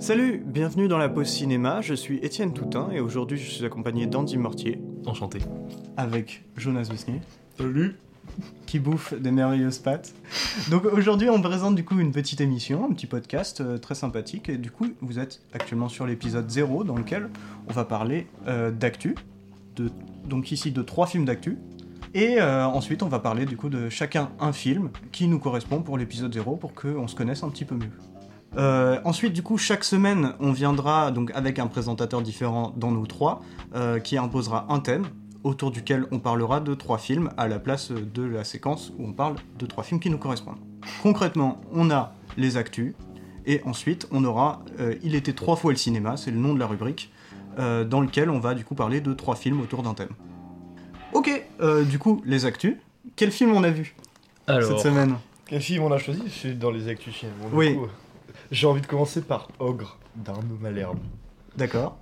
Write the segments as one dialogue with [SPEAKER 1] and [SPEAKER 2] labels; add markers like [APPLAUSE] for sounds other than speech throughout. [SPEAKER 1] Salut, bienvenue dans la pause cinéma, je suis Étienne Toutin et aujourd'hui je suis accompagné d'Andy Mortier,
[SPEAKER 2] Enchanté.
[SPEAKER 1] avec Jonas Besnier,
[SPEAKER 2] Salut.
[SPEAKER 1] qui bouffe des merveilleuses pâtes. Donc aujourd'hui on présente du coup une petite émission, un petit podcast euh, très sympathique et du coup vous êtes actuellement sur l'épisode 0 dans lequel on va parler euh, d'actu, de- donc ici de trois films d'actu. Et euh, ensuite, on va parler du coup de chacun un film qui nous correspond pour l'épisode 0 pour qu'on se connaisse un petit peu mieux. Euh, ensuite, du coup, chaque semaine, on viendra donc avec un présentateur différent dans nos trois euh, qui imposera un thème autour duquel on parlera de trois films à la place de la séquence où on parle de trois films qui nous correspondent. Concrètement, on a les actus et ensuite on aura euh, Il était trois fois le cinéma, c'est le nom de la rubrique, euh, dans lequel on va du coup parler de trois films autour d'un thème. Ok, euh, du coup, les actus. Quel film on a vu
[SPEAKER 2] Alors,
[SPEAKER 1] cette semaine
[SPEAKER 3] Les films, on l'a choisi, je suis dans les actus finalement. Du
[SPEAKER 1] Oui.
[SPEAKER 3] coup, J'ai envie de commencer par Ogre d'Arnaud Malherbe.
[SPEAKER 1] D'accord.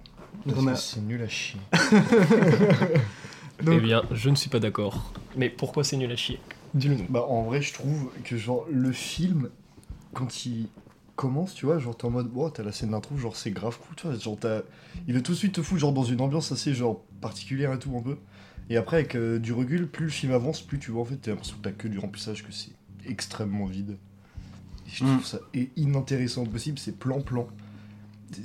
[SPEAKER 1] Donc,
[SPEAKER 3] Parce
[SPEAKER 1] on a-
[SPEAKER 3] que c'est nul à chier.
[SPEAKER 1] donc-
[SPEAKER 2] eh bien, je ne suis pas d'accord. Mais pourquoi c'est nul à chier Dis-le nous.
[SPEAKER 3] bah en vrai, je trouve que genre le film, quand il commence, tu vois, genre t'es en mode, wow, t'as la scène d'intro, genre c'est grave cool, tu vois. Genre t'as- Il veut tout de suite te foutre genre dans une ambiance assez genre particulière et tout un peu. Et après, avec euh, du recul, plus le film avance, plus tu vois en fait, t'as l'impression que t'as que du remplissage, que c'est extrêmement vide. Et je
[SPEAKER 1] Mm.
[SPEAKER 3] trouve ça et inintéressant au possible, c'est plan-plan.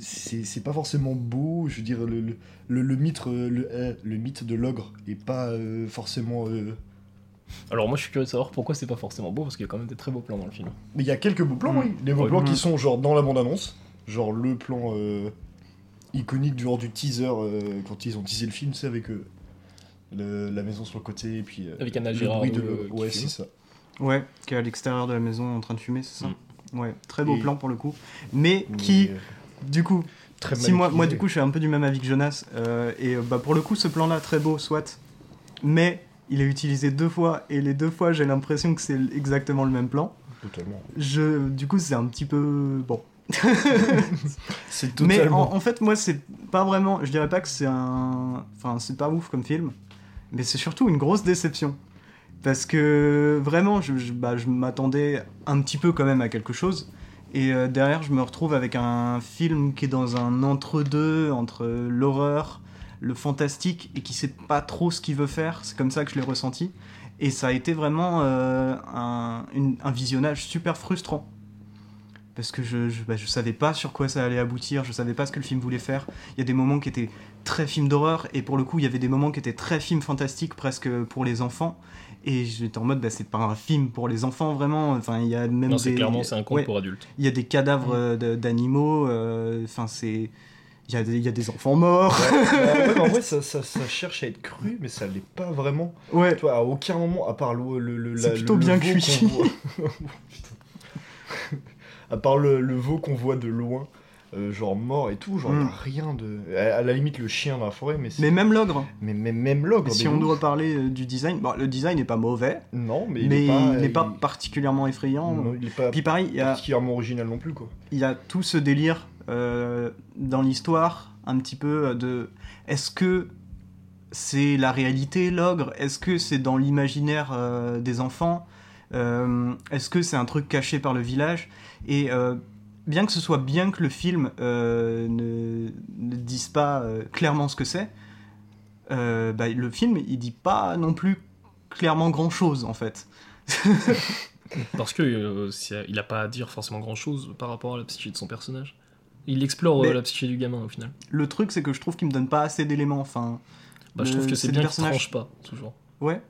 [SPEAKER 3] C'est c'est pas forcément beau, je veux dire, le, le, le- le mythe, euh, le, euh, le mythe de l'ogre est pas euh, forcément. euh,
[SPEAKER 2] Alors, moi, je suis curieux de savoir pourquoi c'est pas forcément beau, parce qu'il y a quand même des très beaux plans dans le film.
[SPEAKER 3] Mais il y a quelques beaux plans,
[SPEAKER 1] Mm.
[SPEAKER 3] oui. Les beaux
[SPEAKER 2] Ouais.
[SPEAKER 3] plans
[SPEAKER 1] Mm.
[SPEAKER 3] qui sont genre dans la bande-annonce. Genre le plan euh, iconique du genre du teaser euh, quand ils ont teasé le film, c'est avec euh, le- la maison sur le côté et puis. euh,
[SPEAKER 2] Avec un
[SPEAKER 3] le
[SPEAKER 2] Algérien
[SPEAKER 3] bruit de.
[SPEAKER 2] euh, qui
[SPEAKER 3] ouais,
[SPEAKER 2] fume.
[SPEAKER 3] c'est ça.
[SPEAKER 1] Ouais, qui est à l'extérieur de la maison en train de fumer, c'est ça Ouais, très beau
[SPEAKER 3] Mm. Et-
[SPEAKER 1] plan pour le coup. Mais
[SPEAKER 3] Mais,
[SPEAKER 1] qui,
[SPEAKER 3] euh,
[SPEAKER 1] du coup,
[SPEAKER 3] très mal
[SPEAKER 1] si moi, moi
[SPEAKER 3] utilisé.
[SPEAKER 1] du coup, je suis un peu du même avis que Jonas. euh, et euh, bah, pour le coup, ce plan-là, très beau, soit. Mais il est utilisé deux fois, et les deux fois, j'ai l'impression que c'est exactement le même plan.
[SPEAKER 3] Totalement.
[SPEAKER 1] Je, du coup, c'est un petit peu. Bon.
[SPEAKER 3] C'est
[SPEAKER 1] Mais en,
[SPEAKER 3] totalement.
[SPEAKER 1] en fait, moi, c'est pas vraiment. Je dirais pas que c'est un. Enfin, c'est pas ouf comme film, mais c'est surtout une grosse déception. Parce que vraiment, je, je- bah, je m'attendais un petit peu quand même à quelque chose. Et euh, derrière, je me retrouve avec un film qui est dans un entre-deux entre l'horreur, le fantastique et qui sait pas trop ce qu'il veut faire. C'est comme ça que je l'ai ressenti. Et ça a été vraiment euh, un, une- un visionnage super frustrant parce que je, je, bah, je savais pas sur quoi ça allait aboutir, je savais pas ce que le film voulait faire. Il y a des moments qui étaient très films d'horreur, et pour le coup, il y avait des moments qui étaient très films fantastiques, presque pour les enfants. Et j'étais en mode, bah, c'est pas un film pour les enfants vraiment. Enfin, il y a même
[SPEAKER 2] Non,
[SPEAKER 1] des.
[SPEAKER 2] c'est clairement, c'est un conte
[SPEAKER 1] Ouais.
[SPEAKER 2] pour adultes.
[SPEAKER 1] Il y a des cadavres euh, de- d'animaux, euh, enfin c'est. Il y, a des- il y a des enfants morts.
[SPEAKER 3] Ouais, ouais, mais en vrai, ça, ça- ça cherche à être cru, mais ça l'est pas vraiment.
[SPEAKER 1] Ouais,
[SPEAKER 3] Tu vois, à aucun moment, à part le. le, le-
[SPEAKER 1] C'est
[SPEAKER 3] la-
[SPEAKER 1] plutôt
[SPEAKER 3] le
[SPEAKER 1] bien
[SPEAKER 3] veau qu'on
[SPEAKER 1] cuit. [LAUGHS]
[SPEAKER 3] voit- [LAUGHS] Putain. à part le, le veau qu'on voit de loin, euh, genre mort et tout, genre
[SPEAKER 1] Mm.
[SPEAKER 3] y a rien de. À, à la limite, le chien dans la forêt, mais c'est-
[SPEAKER 1] mais même l'ogre.
[SPEAKER 3] Mais, mais même l'ogre.
[SPEAKER 1] Si
[SPEAKER 3] mais
[SPEAKER 1] on
[SPEAKER 3] non.
[SPEAKER 1] doit reparler euh, du design, bon, le design n'est pas mauvais,
[SPEAKER 3] Non, mais,
[SPEAKER 1] mais,
[SPEAKER 3] il est pas. euh,
[SPEAKER 1] il n'est pas,
[SPEAKER 3] il-
[SPEAKER 1] particulièrement effrayant.
[SPEAKER 3] non, il est pas
[SPEAKER 1] Puis pareil, il y a,
[SPEAKER 3] particulièrement original non plus, quoi.
[SPEAKER 1] il y a tout ce délire euh, dans l'histoire, un petit peu euh, de est-ce que c'est la réalité l'ogre Est-ce que c'est dans l'imaginaire euh, des enfants Euh, Est-ce que c'est un truc caché par le village Et euh, bien que ce soit bien que le film euh, ne, ne dise pas euh, clairement ce que c'est, euh, bah, le film il dit pas non plus clairement grand chose en fait.
[SPEAKER 2] Parce que euh, c'est- il a pas à dire forcément grand chose par rapport à la psyché de son personnage. Il explore euh,
[SPEAKER 1] Mais-
[SPEAKER 2] la psyché du gamin au final.
[SPEAKER 1] Le truc c'est que je trouve qu'il me donne pas assez d'éléments. Enfin,
[SPEAKER 2] Bah, je
[SPEAKER 1] Le-
[SPEAKER 2] trouve que
[SPEAKER 1] c'est
[SPEAKER 2] c'est
[SPEAKER 1] le
[SPEAKER 2] bien qu'il
[SPEAKER 1] personnage-
[SPEAKER 2] tranche pas, toujours.
[SPEAKER 1] Ouais.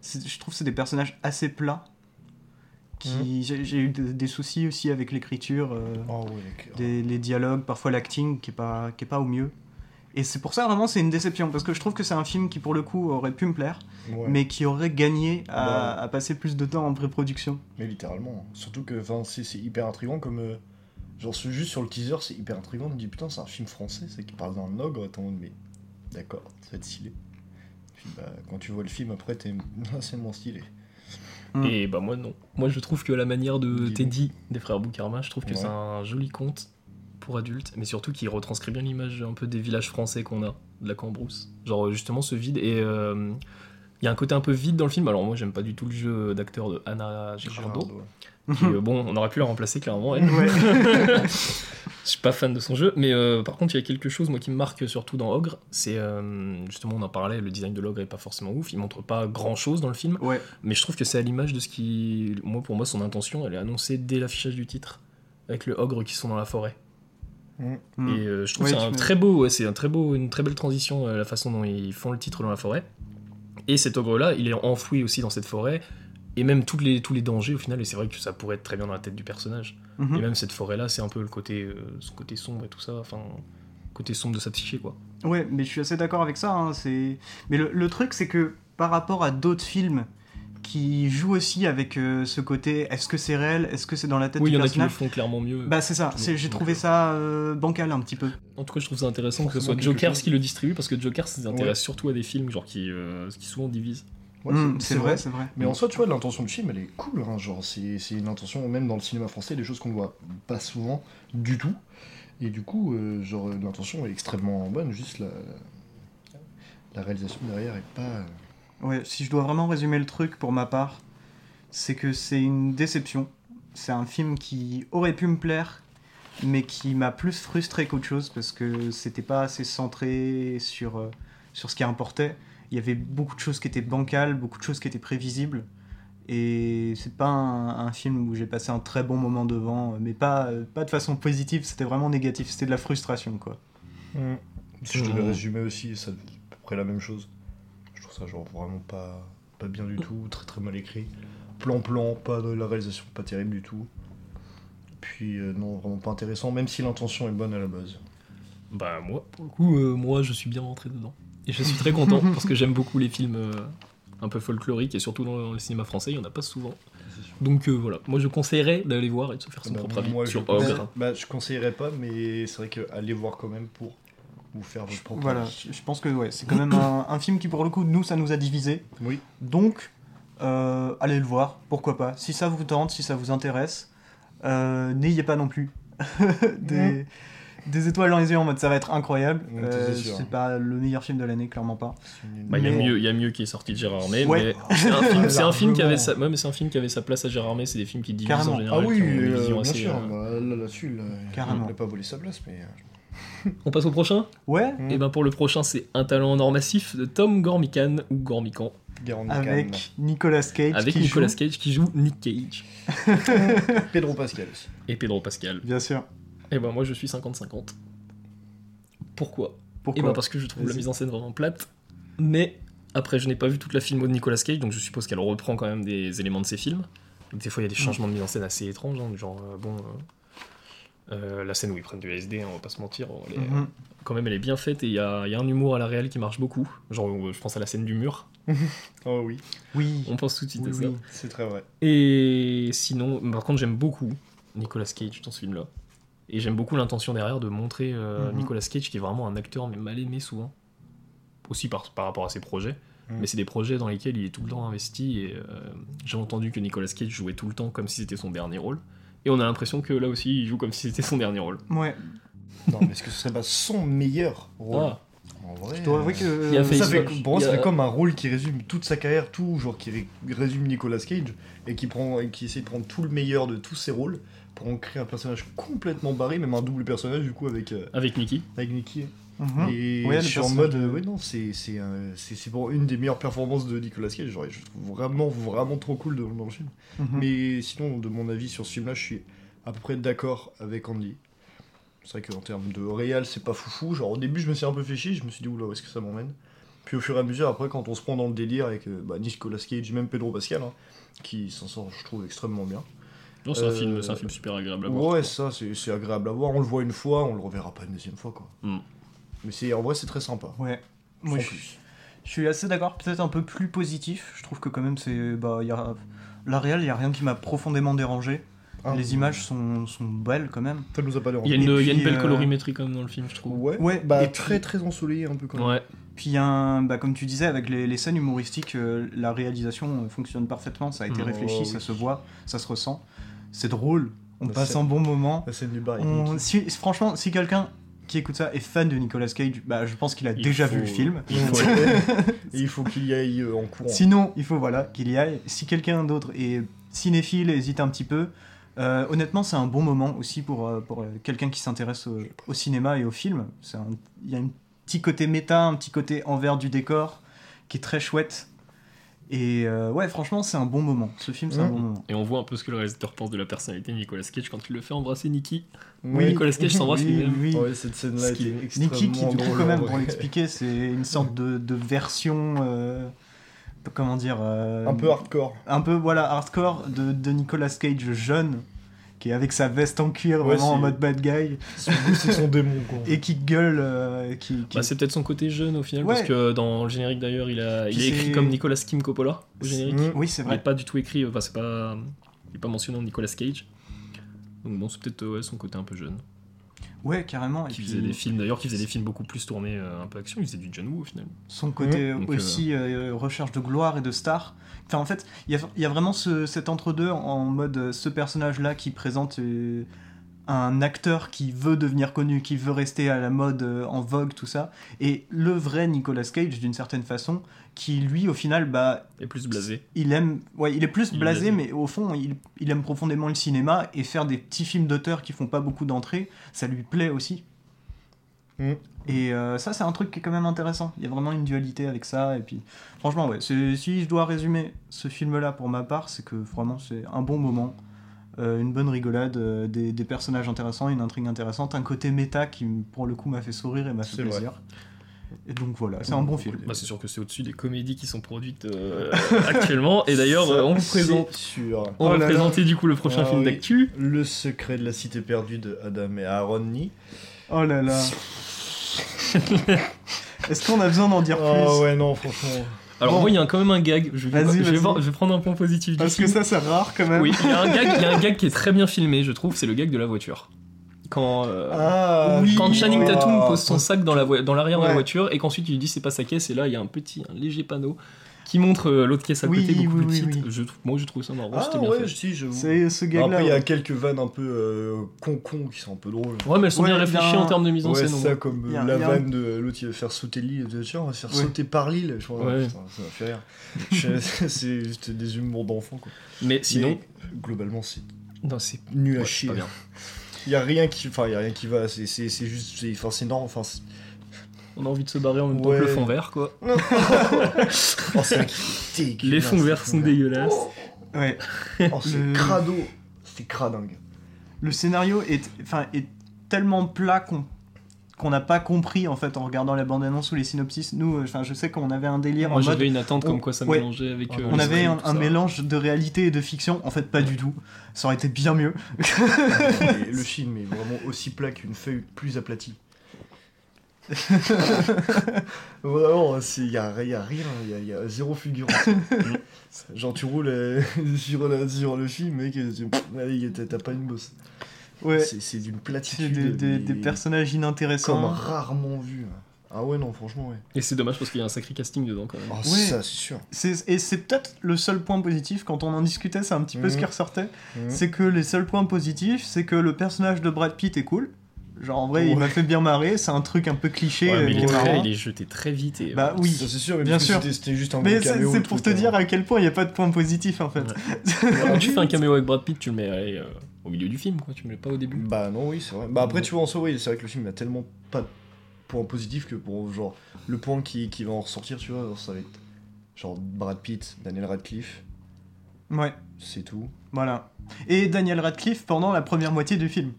[SPEAKER 1] C'est- Je trouve que c'est des personnages assez plats.
[SPEAKER 2] Mhm.
[SPEAKER 1] Qui... J'ai j'ai eu de- des soucis aussi avec l'écriture, euh,
[SPEAKER 3] Oh, ouais, d'accord.
[SPEAKER 1] des- les dialogues, parfois l'acting qui est pas, qui est pas au mieux. Et c'est pour ça vraiment c'est une déception, parce que je trouve que c'est un film qui pour le coup aurait pu me plaire,
[SPEAKER 3] Ouais.
[SPEAKER 1] mais qui aurait gagné à,
[SPEAKER 3] Bah
[SPEAKER 1] à passer plus de temps en pré-production.
[SPEAKER 3] Mais littéralement. hein. Surtout que enfin, c'est c'est hyper intriguant comme. euh, genre, ce- juste sur le teaser, c'est hyper intriguant. On te dit putain, c'est un film français, c'est qui parle d'un ogre. T'es en mode, mais d'accord, ça va être stylé. Puis, bah, quand tu vois le film après, t'es. [LAUGHS] Ah, c'est moins stylé.
[SPEAKER 1] Mm.
[SPEAKER 2] Et bah, moi, non. Moi, je trouve que la manière de
[SPEAKER 3] Hmm. Dis-nous.
[SPEAKER 2] Teddy des frères Boukarma, je trouve que
[SPEAKER 3] Ouais.
[SPEAKER 2] c'est un joli conte pour adultes, mais surtout qui retranscrit bien l'image un peu des villages français qu'on a, de la Cambrousse. Genre, justement, ce vide. Et euh, il y a un côté un peu vide dans le film. Alors, moi, j'aime pas du tout le jeu d'acteur de Anna Girardot. euh,
[SPEAKER 3] Girardot.
[SPEAKER 1] [LAUGHS]
[SPEAKER 2] qui, euh, bon, on aurait pu la remplacer clairement, elle.
[SPEAKER 1] Ouais.
[SPEAKER 2] [LAUGHS] Je suis pas fan de son jeu, mais euh, par contre, il y a quelque chose moi qui me marque surtout dans Ogre, c'est euh, justement on en parlait, le design de l'ogre est pas forcément ouf, il montre pas grand chose dans le film,
[SPEAKER 1] Ouais,
[SPEAKER 2] mais je trouve que c'est à l'image de ce qui, moi pour moi, son intention, elle est annoncée dès l'affichage du titre, avec le ogre qui sont dans la forêt.
[SPEAKER 1] Hmm.
[SPEAKER 2] Et euh, je trouve
[SPEAKER 1] Ouais,
[SPEAKER 2] que c'est
[SPEAKER 1] tu
[SPEAKER 2] un
[SPEAKER 1] me-
[SPEAKER 2] très beau, ouais, c'est un très beau, une très belle transition euh, la façon dont ils font le titre dans la forêt. Et cet ogre-là, il est enfoui aussi dans cette forêt, et même tous les tous les dangers au final. Et c'est vrai que ça pourrait être très bien dans la tête du personnage.
[SPEAKER 1] Mhm.
[SPEAKER 2] Et même cette forêt-là, c'est un peu le côté euh, ce côté sombre et tout ça, enfin côté sombre de sa psyché quoi.
[SPEAKER 1] Ouais, mais je suis assez d'accord avec ça. hein, c'est... Mais le, le truc, c'est que par rapport à d'autres films qui jouent aussi avec euh, ce côté est-ce que c'est réel, est-ce que c'est dans la tête
[SPEAKER 2] Oui, il
[SPEAKER 1] du
[SPEAKER 2] y en a qui le
[SPEAKER 1] personnage
[SPEAKER 2] font euh, clairement mieux.
[SPEAKER 1] Bah, c'est ça, c'est- j'ai trouvé ça euh, bancal un petit peu.
[SPEAKER 2] En tout cas, je trouve ça intéressant que ce soit
[SPEAKER 3] Forcément quelque
[SPEAKER 2] Jokers
[SPEAKER 3] chose.
[SPEAKER 2] qui le distribue parce que Jokers s'intéresse
[SPEAKER 3] Ouais.
[SPEAKER 2] surtout à des films genre qui euh, qui souvent divisent.
[SPEAKER 3] Ouais,
[SPEAKER 1] Hmm, c'est, vrai, c'est vrai.
[SPEAKER 3] Mais en soi, tu vois, l'intention du film, elle est cool. hein, genre, c'est c'est une intention, même dans le cinéma français, des choses qu'on voit pas souvent du tout. Et du coup, euh, genre, euh, l'intention est extrêmement bonne. Juste la, la- la réalisation derrière est pas.
[SPEAKER 1] Ouais, si je dois vraiment résumer le truc pour ma part, c'est que c'est une déception. C'est un film qui aurait pu me plaire, mais qui m'a plus frustré qu'autre chose parce que c'était pas assez centré sur, euh, sur ce qui importait. Il y avait beaucoup de choses qui étaient bancales, beaucoup de choses qui étaient prévisibles. Et c'est pas un, un film où j'ai passé un très bon moment devant, mais pas, euh, pas de façon positive, c'était vraiment négatif, c'était de la frustration quoi.
[SPEAKER 3] Mm. Si je devais
[SPEAKER 2] Mmh.
[SPEAKER 3] résumer aussi, c'est à peu près la même chose. Je trouve ça genre vraiment pas, pas bien du tout, très très mal écrit. Plan-plan, pas de la réalisation pas terrible du tout. Puis euh, non, vraiment pas intéressant, même si l'intention est bonne à la base.
[SPEAKER 2] Bah moi, pour le coup, euh, moi je suis bien rentré dedans. Et je suis très [LAUGHS] content parce que j'aime beaucoup les films euh, un peu folkloriques et surtout dans le cinéma français, il y en a pas souvent. Donc euh, voilà, moi je conseillerais d'aller voir et de se faire son
[SPEAKER 3] Bah,
[SPEAKER 2] propre avis
[SPEAKER 3] moi,
[SPEAKER 2] sur
[SPEAKER 3] je, conseille-
[SPEAKER 2] Ogre.
[SPEAKER 3] bah, je conseillerais pas, mais c'est vrai que allez voir quand même pour vous faire votre propre
[SPEAKER 1] Voilà,
[SPEAKER 3] avis.
[SPEAKER 1] je je pense que ouais, c'est quand même un- un film qui pour le coup, nous, ça nous a divisés.
[SPEAKER 3] Oui,
[SPEAKER 1] Donc, euh, allez le voir, pourquoi pas. Si ça vous tente, si ça vous intéresse, euh, n'ayez pas non plus [LAUGHS] des, des étoiles dans les yeux en mode ça va être incroyable.
[SPEAKER 3] Mm,
[SPEAKER 1] Euh,
[SPEAKER 3] c'est sûr.
[SPEAKER 1] c'est pas le meilleur film de l'année, clairement pas.
[SPEAKER 3] c'est une-
[SPEAKER 2] Bah, il y a
[SPEAKER 1] Mais-
[SPEAKER 2] mieux- il y a mieux qui est sorti de Gérard May,
[SPEAKER 1] Ouais.
[SPEAKER 2] mais c'est un film, c'est un film qui avait
[SPEAKER 3] Largement.
[SPEAKER 2] sa, ouais, mais c'est un film qui avait sa place à Gérard May, c'est des films qui divisent en
[SPEAKER 1] Carrément.
[SPEAKER 2] général.
[SPEAKER 3] Ah oui,
[SPEAKER 2] qui ont une
[SPEAKER 3] euh,
[SPEAKER 2] vision
[SPEAKER 3] bien
[SPEAKER 2] assez,
[SPEAKER 3] sûr,
[SPEAKER 2] euh,
[SPEAKER 3] bah, là- là-dessus, là,
[SPEAKER 1] Carrément.
[SPEAKER 3] il n'a pas volé sa place, mais... euh,
[SPEAKER 2] On passe au prochain
[SPEAKER 1] Ouais,
[SPEAKER 3] Mm.
[SPEAKER 2] Et ben pour le prochain, c'est Un talent en or massif de Tom Gormican ou Gormican
[SPEAKER 3] Guérande Cannes.
[SPEAKER 1] avec Nicolas Cage
[SPEAKER 2] avec
[SPEAKER 1] qui
[SPEAKER 2] Nicolas
[SPEAKER 1] joue-
[SPEAKER 2] Cage qui joue Nick Cage
[SPEAKER 3] Pedro Pascal aussi.
[SPEAKER 2] et Pedro Pascal.
[SPEAKER 1] Bien sûr.
[SPEAKER 2] Et ben moi je suis 50-50. Pourquoi Et
[SPEAKER 1] Pourquoi
[SPEAKER 2] bah parce que je trouve la
[SPEAKER 1] Vas-y.
[SPEAKER 2] mise en scène vraiment plate. Mais après, je n'ai pas vu toute la filmo de Nicolas Cage, donc je suppose qu'elle reprend quand même des éléments de ses films. Des fois, il y a des
[SPEAKER 1] Mm.
[SPEAKER 2] changements de mise en scène assez étranges, hein, du genre euh, bon. euh, euh, la scène où ils prennent du LSD, hein, on va pas se mentir, elle est-
[SPEAKER 1] Mhm.
[SPEAKER 2] quand même elle est bien faite et il y a, il y a un humour à la réelle qui marche beaucoup. Genre, euh, je pense à la scène du mur,
[SPEAKER 3] Oh oui,
[SPEAKER 1] Oui.
[SPEAKER 2] on pense tout de suite
[SPEAKER 1] Oui,
[SPEAKER 2] à ça.
[SPEAKER 1] oui.
[SPEAKER 3] c'est très vrai.
[SPEAKER 2] Et sinon, par contre, j'aime beaucoup Nicolas Cage dans ce film-là. Et j'aime beaucoup l'intention derrière de montrer euh,
[SPEAKER 1] Mhm.
[SPEAKER 2] Nicolas Cage, qui est vraiment un acteur mais mal aimé souvent. Aussi par, par rapport à ses projets.
[SPEAKER 3] Mhm.
[SPEAKER 2] Mais c'est des projets dans lesquels il est tout le temps investi. Et euh, j'ai entendu que Nicolas Cage jouait tout le temps comme si c'était son dernier rôle. Et on a l'impression que là aussi, il joue comme si c'était son dernier rôle.
[SPEAKER 1] Ouais.
[SPEAKER 3] Non, mais est-ce que ce serait pas son meilleur rôle
[SPEAKER 2] Ah,
[SPEAKER 3] En vrai.
[SPEAKER 1] Je dois avouer
[SPEAKER 3] euh,
[SPEAKER 1] que.
[SPEAKER 2] Il a fait-
[SPEAKER 3] Ça fait,
[SPEAKER 2] Il y a-
[SPEAKER 3] pour moi, ça fait comme un rôle qui résume toute sa carrière, tout, genre qui ré- résume Nicolas Cage et qui, prend, et qui essaie de prendre tout le meilleur de tous ses rôles pour en créer un personnage complètement barré, même un double personnage du coup avec, euh,
[SPEAKER 2] avec Nicky.
[SPEAKER 3] avec Nicky.
[SPEAKER 1] Mhm.
[SPEAKER 3] Et
[SPEAKER 1] Ouais, le
[SPEAKER 3] je suis en
[SPEAKER 1] personnage
[SPEAKER 3] mode,
[SPEAKER 1] de-
[SPEAKER 3] euh, ouais, non, c'est c'est, euh, c'est- c'est pour une des meilleures performances de Nicolas Cage. Genre, je le trouve vraiment, vraiment trop cool dans, dans le film.
[SPEAKER 2] Mm.
[SPEAKER 1] Mhm.
[SPEAKER 3] Mais sinon, de mon avis sur ce film-là, je suis à peu près d'accord avec Andy. C'est vrai qu'en termes de réel, c'est pas foufou. Genre, au début, je me suis un peu fait chier, je me suis dit, oula, où est-ce que ça m'emmène Puis au fur et à mesure, après, quand on se prend dans le délire avec euh, bah, Nicolas Cage, même Pedro Pascal, hein, qui s'en sort, je trouve, extrêmement bien.
[SPEAKER 2] Non, c'est un,
[SPEAKER 3] Euh,
[SPEAKER 2] film- c'est un film super agréable à voir.
[SPEAKER 3] Ouais, ça, c'est c'est agréable à voir. On le voit une fois, on le reverra pas une deuxième fois, quoi.
[SPEAKER 2] Mm.
[SPEAKER 3] Mais c'est en vrai, c'est très sympa.
[SPEAKER 1] Ouais.
[SPEAKER 3] Sans
[SPEAKER 1] Moi, je-
[SPEAKER 3] plus.
[SPEAKER 1] Je suis assez d'accord, peut-être un peu plus positif. Je trouve que quand même, c'est. Bah, il y a... La réelle, il n'y a rien qui m'a profondément dérangé.
[SPEAKER 3] Ah,
[SPEAKER 1] Les images sont, sont belles quand même.
[SPEAKER 3] Ça nous a pas dérangé.
[SPEAKER 2] Il y a une,
[SPEAKER 1] Et
[SPEAKER 2] il y a une
[SPEAKER 1] puis,
[SPEAKER 2] belle
[SPEAKER 1] euh,
[SPEAKER 2] colorimétrie quand même dans le film, je trouve.
[SPEAKER 3] Ouais,
[SPEAKER 1] Ouais,
[SPEAKER 3] bah,
[SPEAKER 1] et puis-
[SPEAKER 3] très très ensoleillé un peu quand même.
[SPEAKER 2] Ouais.
[SPEAKER 1] Puis, il y a un, bah, comme tu disais, avec les, les scènes humoristiques, euh, la réalisation euh, fonctionne parfaitement. Ça a été
[SPEAKER 2] Mmh.
[SPEAKER 1] réfléchi,
[SPEAKER 3] Oh,
[SPEAKER 1] ça
[SPEAKER 3] oui.
[SPEAKER 1] se voit, ça se ressent. C'est drôle, on
[SPEAKER 3] Bah,
[SPEAKER 1] passe
[SPEAKER 3] c'est-
[SPEAKER 1] un bon moment.
[SPEAKER 3] La scène du bar. avec
[SPEAKER 1] On-
[SPEAKER 3] Nicky.
[SPEAKER 1] si- franchement, si quelqu'un qui écoute ça est fan de Nicolas Cage, bah, je pense qu'il a
[SPEAKER 2] Il
[SPEAKER 1] déjà
[SPEAKER 2] faut-
[SPEAKER 1] vu le film.
[SPEAKER 2] Il faut-
[SPEAKER 3] Et il faut qu'il y aille euh, en courant.
[SPEAKER 1] Sinon, il faut voilà qu'il y aille. Si quelqu'un d'autre est cinéphile, hésite un petit peu, Euh, honnêtement, c'est un bon moment aussi pour, euh, pour euh, quelqu'un qui s'intéresse au, au cinéma et au film. C'est un- Il y a un petit côté méta, un petit côté envers du décor qui est très chouette. Et euh, ouais, franchement, c'est un bon moment. Ce film, c'est un
[SPEAKER 3] Mhm.
[SPEAKER 1] bon moment.
[SPEAKER 2] Et on voit un peu ce que le réalisateur pense de la personnalité de Nicolas Cage quand il le fait embrasser Nikki.
[SPEAKER 1] Oui,
[SPEAKER 2] Nicolas Cage s'embrasse
[SPEAKER 1] oui,
[SPEAKER 2] lui-même.
[SPEAKER 1] oui.
[SPEAKER 3] Ouais, cette scène-là
[SPEAKER 2] Ce qui-
[SPEAKER 3] était
[SPEAKER 1] Nikki,
[SPEAKER 3] extrêmement
[SPEAKER 1] qui du coup,
[SPEAKER 3] drôle,
[SPEAKER 1] quand même,
[SPEAKER 3] en
[SPEAKER 1] pour
[SPEAKER 3] vrai.
[SPEAKER 1] l'expliquer, c'est une sorte de, de version. euh, comment dire euh,
[SPEAKER 3] Un peu hardcore.
[SPEAKER 1] un peu voilà hardcore de, de Nicolas Cage jeune qui est avec sa veste en cuir
[SPEAKER 3] Ouais,
[SPEAKER 1] vraiment en
[SPEAKER 3] c'est-
[SPEAKER 1] mode bad guy
[SPEAKER 3] C'est son démon, quoi.
[SPEAKER 1] et qui gueule euh, qui, qui-
[SPEAKER 2] Bah, c'est peut-être son côté jeune au final,
[SPEAKER 1] Ouais.
[SPEAKER 2] parce que dans le générique d'ailleurs, il, a... il
[SPEAKER 1] Puis
[SPEAKER 2] est écrit
[SPEAKER 1] c'est-
[SPEAKER 2] comme Nicolas Kim Coppola au générique.
[SPEAKER 3] Mm.
[SPEAKER 1] oui c'est
[SPEAKER 2] Il n'est
[SPEAKER 1] vrai
[SPEAKER 2] pas du tout écrit, euh, enfin, c'est pas... il est pas mentionné en Nicolas Cage. Donc bon, c'est peut-être euh, ouais, son côté un peu jeune.
[SPEAKER 1] ouais carrément et
[SPEAKER 2] Qui
[SPEAKER 1] puis
[SPEAKER 2] faisait des films d'ailleurs, qui faisait des films beaucoup plus tournés euh, un peu action, il faisait du John Woo au final.
[SPEAKER 1] son côté
[SPEAKER 2] Donc,
[SPEAKER 1] aussi euh, recherche de gloire et de star enfin en fait il y a, il y a vraiment ce- cet entre deux en mode euh, ce personnage là qui présente euh, un acteur qui veut devenir connu, qui veut rester à la mode, euh, en vogue, tout ça, et le vrai Nicolas Cage, d'une certaine façon, qui lui, au final, bah,
[SPEAKER 2] Et plus blasé.
[SPEAKER 1] il aime ouais il est plus
[SPEAKER 2] Il est
[SPEAKER 1] blasé
[SPEAKER 2] blasé.
[SPEAKER 1] mais au fond il, il aime profondément le cinéma et faire des petits films d'auteur qui font pas beaucoup d'entrées ça lui plaît aussi
[SPEAKER 3] Mm.
[SPEAKER 1] et euh, ça c'est un truc qui est quand même intéressant il y a vraiment une dualité avec ça et puis franchement ouais c'est- si je dois résumer ce film là pour ma part c'est que vraiment c'est un bon moment euh, une bonne rigolade euh, des, des personnages intéressants une intrigue intéressante un côté méta qui pour le coup m'a fait sourire et m'a fait
[SPEAKER 3] C'est vrai.
[SPEAKER 1] plaisir et donc voilà c'est un bon film
[SPEAKER 2] Bah, c'est sûr que c'est au-dessus des comédies qui sont produites euh, [LAUGHS] actuellement. Et d'ailleurs,
[SPEAKER 3] Ça,
[SPEAKER 2] euh, on vous
[SPEAKER 3] c'est
[SPEAKER 2] présente.
[SPEAKER 3] sûr.
[SPEAKER 2] On
[SPEAKER 3] Oh
[SPEAKER 2] va
[SPEAKER 3] là là.
[SPEAKER 2] présenter du coup le prochain
[SPEAKER 3] Ah
[SPEAKER 2] film
[SPEAKER 3] oui.
[SPEAKER 2] d'actu.
[SPEAKER 3] Le secret de la cité perdue de Adam et Aaron Nee.
[SPEAKER 1] oh là
[SPEAKER 3] [LAUGHS]
[SPEAKER 1] là est-ce qu'on a besoin d'en dire plus
[SPEAKER 3] Ah ouais, non, franchement.
[SPEAKER 2] Alors
[SPEAKER 1] Bon.
[SPEAKER 2] moi, il y a un- quand même un gag. Je vais,
[SPEAKER 1] Vas-y,
[SPEAKER 2] je vais
[SPEAKER 1] vas-y.
[SPEAKER 2] voir- je vais prendre un point positif. du
[SPEAKER 1] Parce que
[SPEAKER 2] film.
[SPEAKER 1] ça, c'est rare quand même.
[SPEAKER 2] Oui, il y, a un gag, il y a un gag qui est très bien filmé, je trouve. C'est le gag de la voiture. Quand. euh,
[SPEAKER 3] Ah,
[SPEAKER 2] Quand Channing
[SPEAKER 3] oui.
[SPEAKER 2] Tatum pose son sac dans la voi- dans l'arrière de
[SPEAKER 1] Ouais.
[SPEAKER 2] la voiture et qu'ensuite il lui dit c'est pas sa caisse et là il y a un petit un léger panneau qui montre euh, l'autre caisse à
[SPEAKER 1] Oui,
[SPEAKER 2] côté beaucoup
[SPEAKER 1] oui,
[SPEAKER 2] plus
[SPEAKER 1] oui,
[SPEAKER 2] petite.
[SPEAKER 1] oui.
[SPEAKER 2] Je trouve- moi je trouve ça marrant,
[SPEAKER 3] Ah,
[SPEAKER 2] c'était bien
[SPEAKER 3] ouais,
[SPEAKER 2] fait.
[SPEAKER 3] si, j'avoue.
[SPEAKER 1] C'est ce
[SPEAKER 3] Bah, Après, il
[SPEAKER 1] gag-là.
[SPEAKER 3] y a
[SPEAKER 1] ouais.
[SPEAKER 3] quelques vannes un peu euh, con-con qui sont un peu drôles.
[SPEAKER 2] Ouais mais elles sont
[SPEAKER 1] Ouais,
[SPEAKER 2] bien
[SPEAKER 1] il y a
[SPEAKER 2] réfléchies
[SPEAKER 1] un-
[SPEAKER 2] en termes de mise en
[SPEAKER 3] Ouais, c'est
[SPEAKER 2] scène. au
[SPEAKER 3] ça,
[SPEAKER 2] moins.
[SPEAKER 3] comme euh,
[SPEAKER 1] Il y a-
[SPEAKER 3] la
[SPEAKER 1] il y a un-
[SPEAKER 3] vanne de l'autre, il va faire sauter l'île. Il va dire, Tiens, on va faire
[SPEAKER 1] Ouais.
[SPEAKER 3] sauter par l'île. Je crois,
[SPEAKER 2] Ouais.
[SPEAKER 3] putain, ça m'a fait rire. Je- [LAUGHS] c'est juste des humours d'enfant, quoi.
[SPEAKER 2] Mais sinon
[SPEAKER 3] Mais, globalement, c'est
[SPEAKER 2] non c'est
[SPEAKER 3] nul à
[SPEAKER 2] ouais, c'est
[SPEAKER 3] chier.
[SPEAKER 2] pas bien.
[SPEAKER 3] Il y a rien qui, enfin, il y a rien qui va. C'est c'est- c'est juste, c'est- enfin, c'est énorme. Enfin, c'est-
[SPEAKER 2] On a envie de se barrer en même temps
[SPEAKER 3] Ouais.
[SPEAKER 2] que le fond vert
[SPEAKER 1] [LAUGHS]
[SPEAKER 2] quoi.
[SPEAKER 3] oh,
[SPEAKER 2] [LAUGHS]
[SPEAKER 3] c'est dégueulasse,
[SPEAKER 2] Les fonds
[SPEAKER 3] ce
[SPEAKER 2] verts sont Euh.
[SPEAKER 3] film-là.
[SPEAKER 2] dégueulasses.
[SPEAKER 1] Ouais.
[SPEAKER 3] Oh, c'est
[SPEAKER 1] Le-
[SPEAKER 3] crado. C'est cradingue.
[SPEAKER 1] Le scénario est, enfin, est tellement plat qu'on qu'on n'a pas compris en fait en regardant la bande-annonce ou les synopsis. Nous, euh, enfin, je sais qu'on avait un délire
[SPEAKER 2] Moi
[SPEAKER 1] en mode.
[SPEAKER 2] j'avais une attente
[SPEAKER 1] on-
[SPEAKER 2] comme quoi ça
[SPEAKER 1] ouais.
[SPEAKER 2] mélangeait avec. euh,
[SPEAKER 1] On
[SPEAKER 2] les
[SPEAKER 1] avait
[SPEAKER 2] screens,
[SPEAKER 1] un,
[SPEAKER 2] tout
[SPEAKER 1] un
[SPEAKER 2] ça.
[SPEAKER 1] mélange de réalité et de fiction. En fait, pas du tout. Ça aurait été bien mieux.
[SPEAKER 3] Et [LAUGHS] le film est vraiment aussi plat qu'une feuille plus aplatie. [LAUGHS] vraiment, il n'y a, y a rien, il y, a zéro [LAUGHS] figurant. Genre, tu roules euh, [LAUGHS] sur, la- sur le film, mec, et tu- pff, allez, t'as- t'as pas une bosse.
[SPEAKER 1] Ouais.
[SPEAKER 3] C'est c'est d'une
[SPEAKER 1] C'est
[SPEAKER 3] platitude.
[SPEAKER 1] des, des-
[SPEAKER 3] mais
[SPEAKER 1] des hein. personnages
[SPEAKER 3] Comme
[SPEAKER 1] inintéressants.
[SPEAKER 3] rarement vu. Ah ouais, non, franchement, ouais.
[SPEAKER 2] Et c'est dommage parce qu'il y a un sacré casting dedans quand même.
[SPEAKER 3] Ah,
[SPEAKER 1] Ouais.
[SPEAKER 3] ça, c'est sûr.
[SPEAKER 1] C'est- Et c'est peut-être le seul point positif. Quand on en discutait, c'est un petit peu ce qui ressortait.
[SPEAKER 3] Mhm.
[SPEAKER 1] c'est que les seuls points positifs, c'est que le personnage de Brad Pitt est cool. Genre en vrai, il m'a fait bien marrer, c'est un truc un peu cliché.
[SPEAKER 2] Ouais,
[SPEAKER 1] euh,
[SPEAKER 2] mais il
[SPEAKER 1] qui
[SPEAKER 2] est
[SPEAKER 1] est
[SPEAKER 2] très-
[SPEAKER 1] marrant.
[SPEAKER 2] il est jeté très vite et. euh,
[SPEAKER 1] Bah oui.
[SPEAKER 3] Ça, c'est sûr, mais
[SPEAKER 1] Bien
[SPEAKER 3] parce que
[SPEAKER 1] sûr.
[SPEAKER 3] c'était- C'était juste un
[SPEAKER 1] Mais
[SPEAKER 3] bon
[SPEAKER 1] c'est
[SPEAKER 3] caméo,
[SPEAKER 1] c'est
[SPEAKER 3] le
[SPEAKER 1] pour te
[SPEAKER 3] truc,
[SPEAKER 1] dire
[SPEAKER 3] hein.
[SPEAKER 1] à quel point il n'y a pas de point positif en fait.
[SPEAKER 2] [LAUGHS]
[SPEAKER 1] [LAUGHS]
[SPEAKER 2] Quand tu fais un caméo avec Brad Pitt, tu le mets allez, euh, au milieu du film quoi, tu le mets pas au début.
[SPEAKER 3] Bah non, oui, c'est vrai. Bah après, tu vois, en soi, oui, c'est vrai que le film a tellement pas de points positifs que pour genre le point qui, qui va en ressortir, tu vois, ça va être genre Brad Pitt, Daniel Radcliffe,
[SPEAKER 1] ouais,
[SPEAKER 3] c'est tout.
[SPEAKER 1] voilà. Et Daniel Radcliffe pendant la première moitié du film.